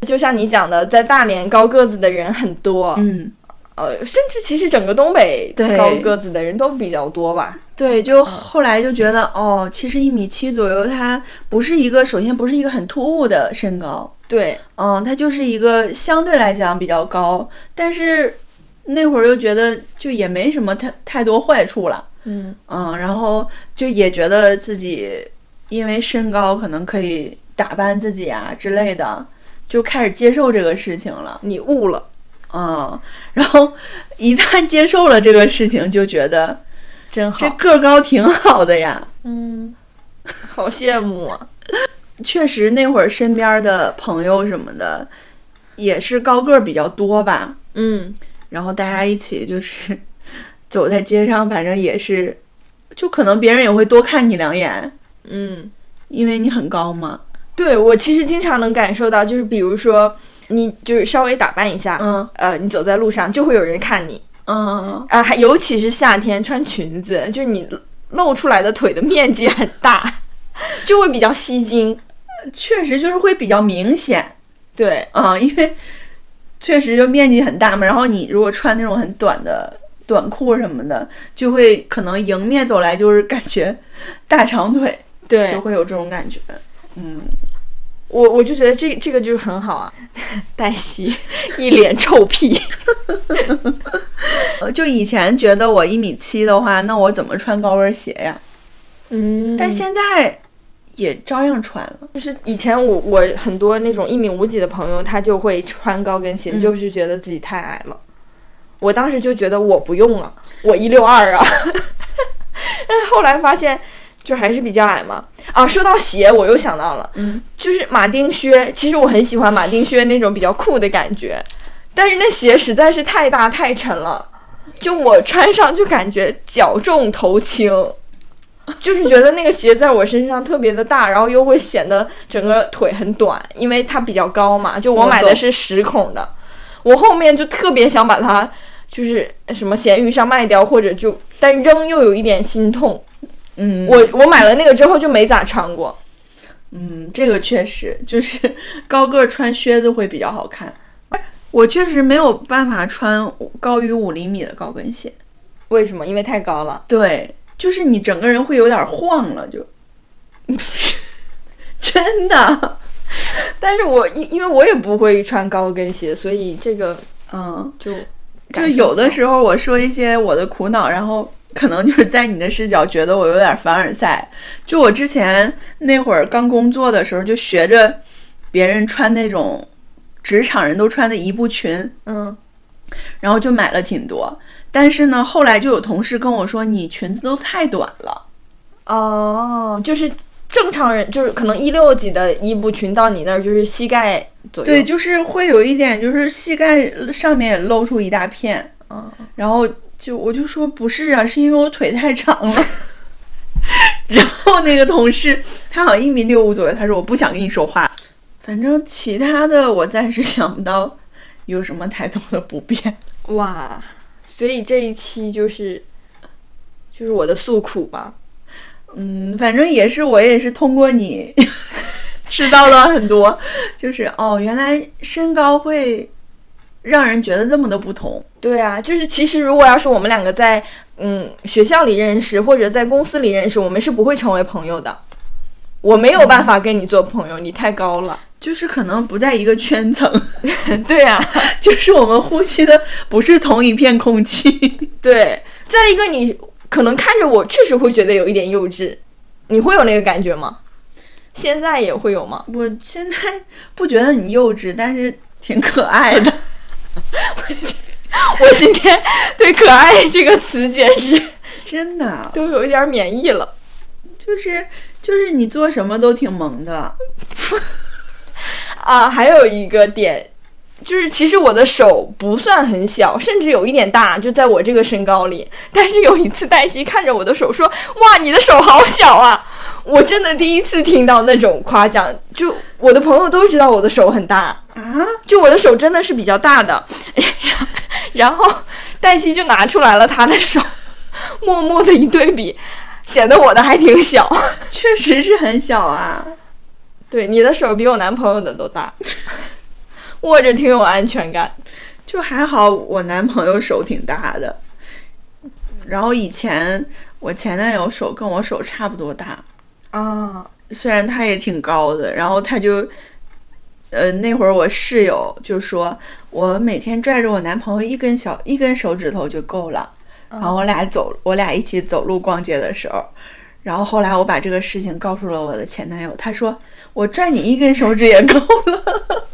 就像你讲的，在大连高个子的人很多，
嗯，
呃，甚至其实整个东北
对
高个子的人都比较多吧。
对，就后来就觉得哦，其实一米七左右，它不是一个，首先不是一个很突兀的身高，
对，
嗯，它就是一个相对来讲比较高，但是那会儿又觉得就也没什么太太多坏处了，
嗯，
嗯，然后就也觉得自己因为身高可能可以打扮自己啊之类的，就开始接受这个事情了。
你悟了，
嗯，然后一旦接受了这个事情，就觉得
真
这
好，
个高挺好的呀。
嗯，好羡慕啊。
确实，那会儿身边的朋友什么的也是高个儿比较多吧，
嗯，
然后大家一起就是 走在街上，反正也是，就可能别人也会多看你两眼，
嗯，
因为你很高嘛。
对我其实经常能感受到，就是比如说你就是稍微打扮一下，
嗯
呃，你走在路上就会有人看你，
嗯，
啊、还尤其是夏天穿裙子，就是你露出来的腿的面积很大， 就会比较吸睛。
确实就是会比较明显
对，
啊、 因为确实就面积很大嘛。然后你如果穿那种很短的短裤什么的，就会可能迎面走来就是感觉大长腿，
对，
就会有这种感觉。嗯，
我我就觉得这这个就是很好啊， 黛西 一脸臭屁，
呃就以前觉得我一米七的话，那我怎么穿高跟鞋呀？
嗯但
但
现
现在也照样穿了。
就是以前我我很多那种一米五几的朋友，他就会穿高跟鞋，
嗯
就是觉得自己太矮了。我当时就觉得我不用了，我一六二啊， 但是后来发现就还是比较矮嘛。啊，说到鞋，我又想到了，
嗯，
就是马丁靴，其实我很喜欢马丁靴那种比较酷的感觉，但是那鞋实在是太大太沉了，就我穿上就感觉脚重头轻，就是觉得那个鞋在我身上特别的大，然后又会显得整个腿很短，因为它比较高嘛，就我
我
买的
懂
是十孔的，我后面就特别想把它就是什么闲鱼上卖掉，或者就但扔又有一点心痛，
嗯
我我买了那个之后就没咋穿过。
嗯，这个确实就是高个儿穿靴子会比较好看。我确实没有办法穿高于五厘米的高跟鞋，
为什么？因为太高了。
对，就是你整个人会有点晃了，就 真的，
但是我因因为我也不会穿高跟鞋，所以这个
嗯，
就
就有的时候我说一些我的苦恼，然后可能就是在你的视角觉得我有点凡尔赛。就我之前那会儿刚工作的时候，就学着别人穿那种职场人都穿的一步裙，
嗯
然后就买了挺多。但是呢，后来就有同事跟我说，你裙子都太短了。
哦，就是正常人就是可能一六几的衣服裙到你那儿就是膝盖左右。
对，就是会有一点，就是膝盖上面也露出一大片。
嗯，
然后就我就说不是啊，是因为我腿太长了。 然后那个同事他好像一米六五左右，他说我不想跟你说话。反正其他的我暂时想不到有什么太多的不便。
哇，所以这一期就是就是我的诉苦吧。
嗯，反正也是我也是通过你 知道了很多，就是哦，原来身高会让人觉得这么的不同。
对啊，就是其实如果要是我们两个在嗯学校里认识，或者在公司里认识，我们是不会成为朋友的。我没有办法跟你做朋友，你太高了。
就是可能不在一个圈层，
对啊，
就是我们呼吸的不是同一片空气。
对。再一个，你可能看着我，确实会觉得有一点幼稚，你会有那个感觉吗？现在也会有吗？
我现在不觉得你幼稚，但是挺可爱 的。
我今天对“可爱”这个词简直
真的
都有一点免疫了。
就是就是你做什么都挺萌的，
啊，还有一个点，就是其实我的手不算很小，甚至有一点大，就在我这个身高里。但是有一次，黛西看着我的手说：“哇，你的手好小啊！”我真的第一次听到那种夸奖，就我的朋友都知道我的手很大
啊，
就我的手真的是比较大的。 然后黛西就拿出来了她的手，默默的一对比，显得我的还挺小。
确实是很小啊。
对，你的手比我男朋友的都大，握着挺有安全感。
就还好，我男朋友手挺大的，然后以前我前男友手跟我手差不多大，
啊，
虽然他也挺高的，然后他就，呃，那会儿我室友就说，我每天拽着我男朋友一根小一根手指头就够了，然后我俩走，我俩一起走路逛街的时候，然后后来我把这个事情告诉了我的前男友，他说我拽你一根手指也够了，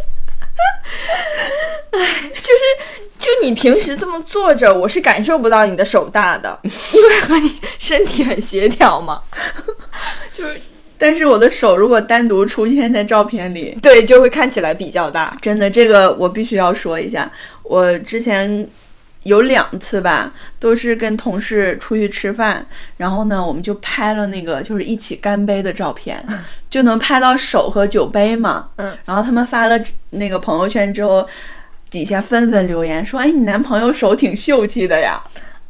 就是就你平时这么坐着，我是感受不到你的手大的， 因为和你身体很协调嘛。
但是我的手如果单独出现在照片里，
对，就会看起来比较大。
真的，这个我必须要说一下。我之前有两次吧，都是跟同事出去吃饭，然后呢，我们就拍了那个就是一起干杯的照片，就能拍到手和酒杯嘛。
嗯。
然后他们发了那个朋友圈之后，底下纷纷留言说：“哎，你男朋友手挺秀气的呀。”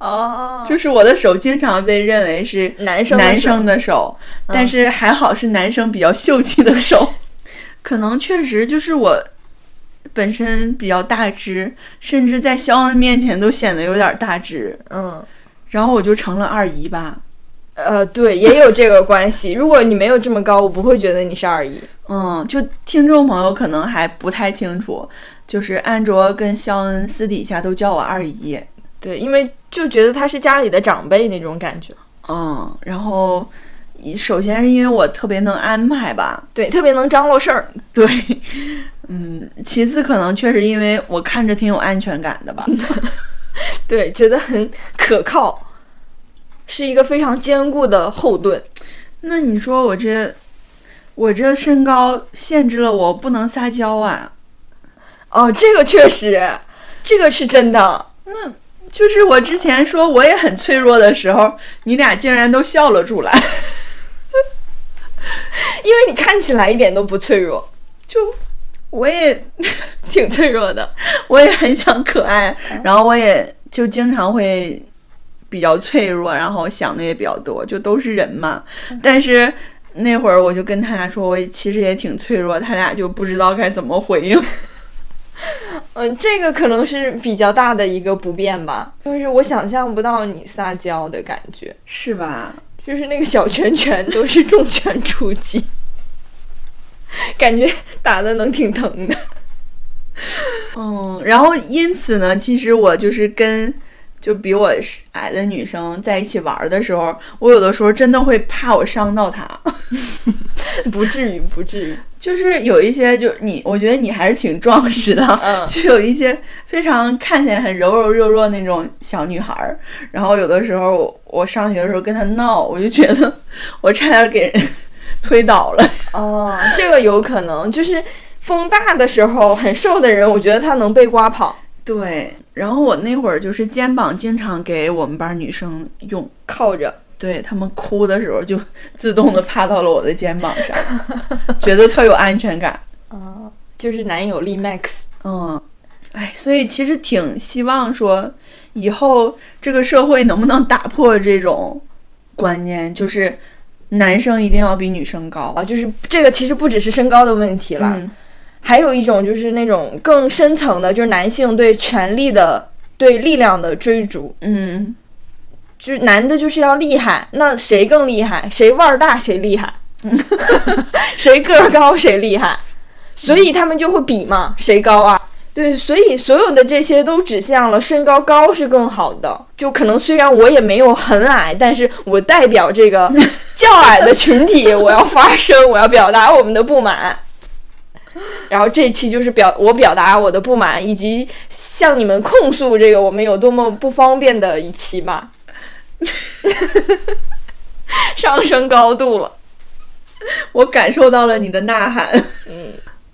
哦，
就是我的手经常被认为是
男生的手
男生的手，嗯但是还好是男生比较秀气的手， 可能确实就是我本身比较大只，甚至在肖恩面前都显得有点大只，
嗯，
然后我就成了二姨吧。
呃，对，也有这个关系。如果你没有这么高，我不会觉得你是二姨。
嗯，就听众朋友可能还不太清楚，就是安卓跟肖恩私底下都叫我二姨。
对，因为就觉得他是家里的长辈那种感觉。
嗯，然后首先是因为我特别能安排吧，
对，特别能张罗事儿。
对，嗯，其次可能确实因为我看着挺有安全感的吧，
对，觉得很可靠，是一个非常坚固的后盾。
那你说我这，我这身高限制了我不能撒娇啊，
哦，这个确实，这个是真的。
就是我之前说我也很脆弱的时候，你俩竟然都笑了出来，
因为你看起来一点都不脆弱，
就我也
挺脆弱的。
我也很想可爱，然后我也就经常会比较脆弱，然后想的也比较多，就都是人嘛。但是那会儿我就跟他俩说，我其实也挺脆弱，他俩就不知道该怎么回应。
嗯，这个可能是比较大的一个不便吧，就是我想象不到你撒娇的感觉，
是吧？
就是那个小拳拳都是重拳出击，感觉打的能挺疼的。
嗯，然后因此呢，其实我就是跟就比我矮的女生在一起玩的时候，我有的时候真的会怕我伤到她，
不至于，不至于。
就是有一些就你，我觉得你还是挺壮实的，
嗯
就有一些非常看起来很柔柔弱弱那种小女孩儿，然后有的时候我我上学的时候跟她闹，我就觉得我差点给人 推倒了，
哦，这个有可能，就是风大的时候很瘦的人，我觉得他能被刮跑。
对，然后我那会儿就是肩膀经常给我们班女生用。
靠着，
对他们哭的时候，就自动的趴到了我的肩膀上， 觉得特有安全感。
哦就是男友力 max。
嗯，哎，所以其实挺希望说，以后这个社会能不能打破这种观念，就是男生一定要比女生高。
啊，就是这个其实不只是身高的问题了，
嗯
还有一种就是那种更深层的，就是男性对权力的、对力量的追逐，
嗯，
就是男的就是要厉害，那谁更厉害？谁腕儿大谁厉害， 谁个儿高谁厉害，所以他们就会比嘛，谁高啊？对，所以所有的这些都指向了身高高是更好的。就可能虽然我也没有很矮，但是我代表这个较矮的群体，我要发声，我要表达我们的不满。然后这一期就是表我表达我的不满，以及向你们控诉这个我们有多么不方便的一期吧。上升高度了，
我感受到了你的呐喊，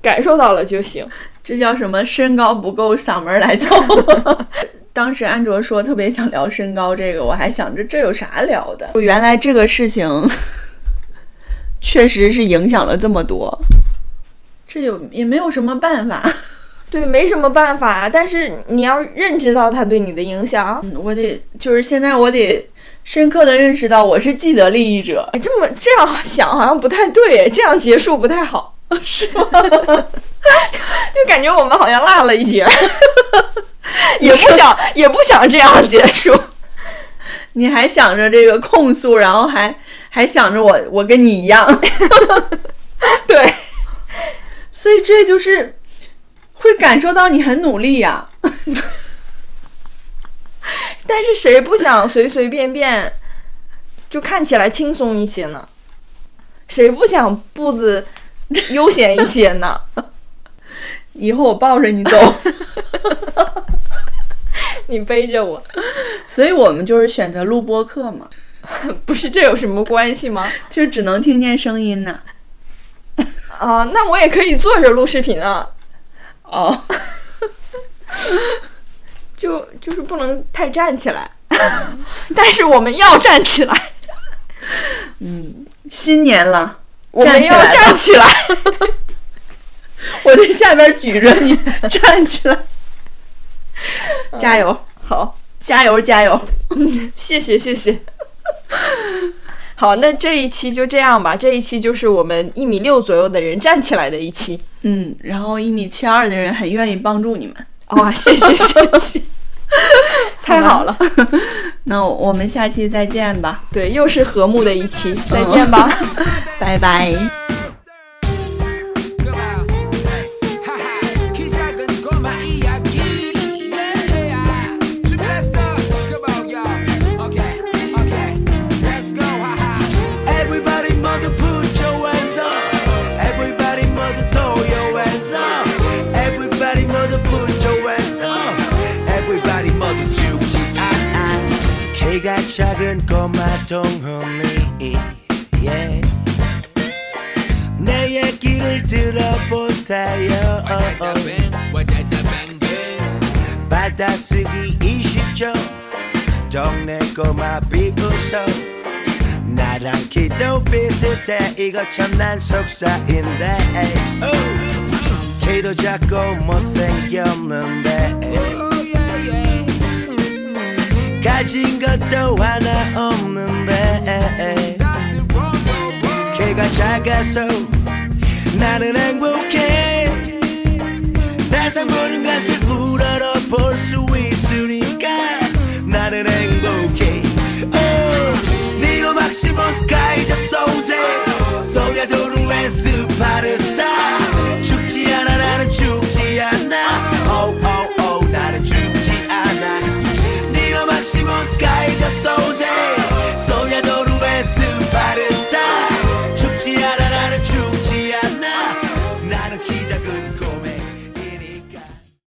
感受到了就行。
这叫什么？身高不够，嗓门儿来凑。 当时安卓说特别想聊身高这个，我还想着这有啥聊的？原来这个事情确实是影响了这么多，这有也没有什么办法。
对，没什么办法，啊但是你要认知到它对你的影响。啊
嗯我得就是现在我得深刻的认识到我是既得利益者，
哎，这么这样想好像不太对，这样结束不太好，
是吗？
就感觉我们好像落了一截儿， 也不想也不想这样结束。
你还想着这个控诉，然后还还想着我我跟你一样，
对，
所以这就是会感受到你很努力呀、
但是谁不想随随便便就看起来轻松一些呢？谁不想步子悠闲一些呢？
以后我抱着你走，
你背着我，
所以我们就是选择录播课嘛，
不是这有什么关系 吗？
就只能听见声音呐、
啊、那我也可以坐着录视频啊，
哦，
就就是不能太站起来， 但是我们要站起来，
新年了，
我们要
站起来
站
吧
起来。
我在下边举着 你站起来，加油，
好，
加油，加油！
谢谢谢谢。 好，那这一期就这样吧。这一期就是我们一米六左右的人站起来的一期。
嗯，然后一米七二的人很愿意帮助你们，
哇、谢谢谢谢，太好了。
那我们下期再见吧，
对，又是和睦的一 期，再见吧。
拜拜。
하하 키 작은 꼬마 이야기 내야 준비됐어 Come on yo Okay okay Let's go 하하
Everybody 모두 put your hands up. Everybody 모두 throw your hands up. Everybody 모두 put your hands up. Everybody 모두 죽지 않아. 키가 작은 꼬마 동훈이 yeah. 내 얘기를 들어보세요.
와다다뱅 와다다뱅뱅
받아쓰기 20초 동네 꼬마 비웃어 나랑 키도 비슷해 이거 참 난 속사인데 오! 키도 작고 못생겼는데
Oh yeah yeah
가진 것도 하나 없는데
Stop the wrong no
키가 작아서 나는 행복해 세상 모든 것을 우러러 볼 수 있으니까 나는 행복해 oh, 니고 막시모 스카이 아,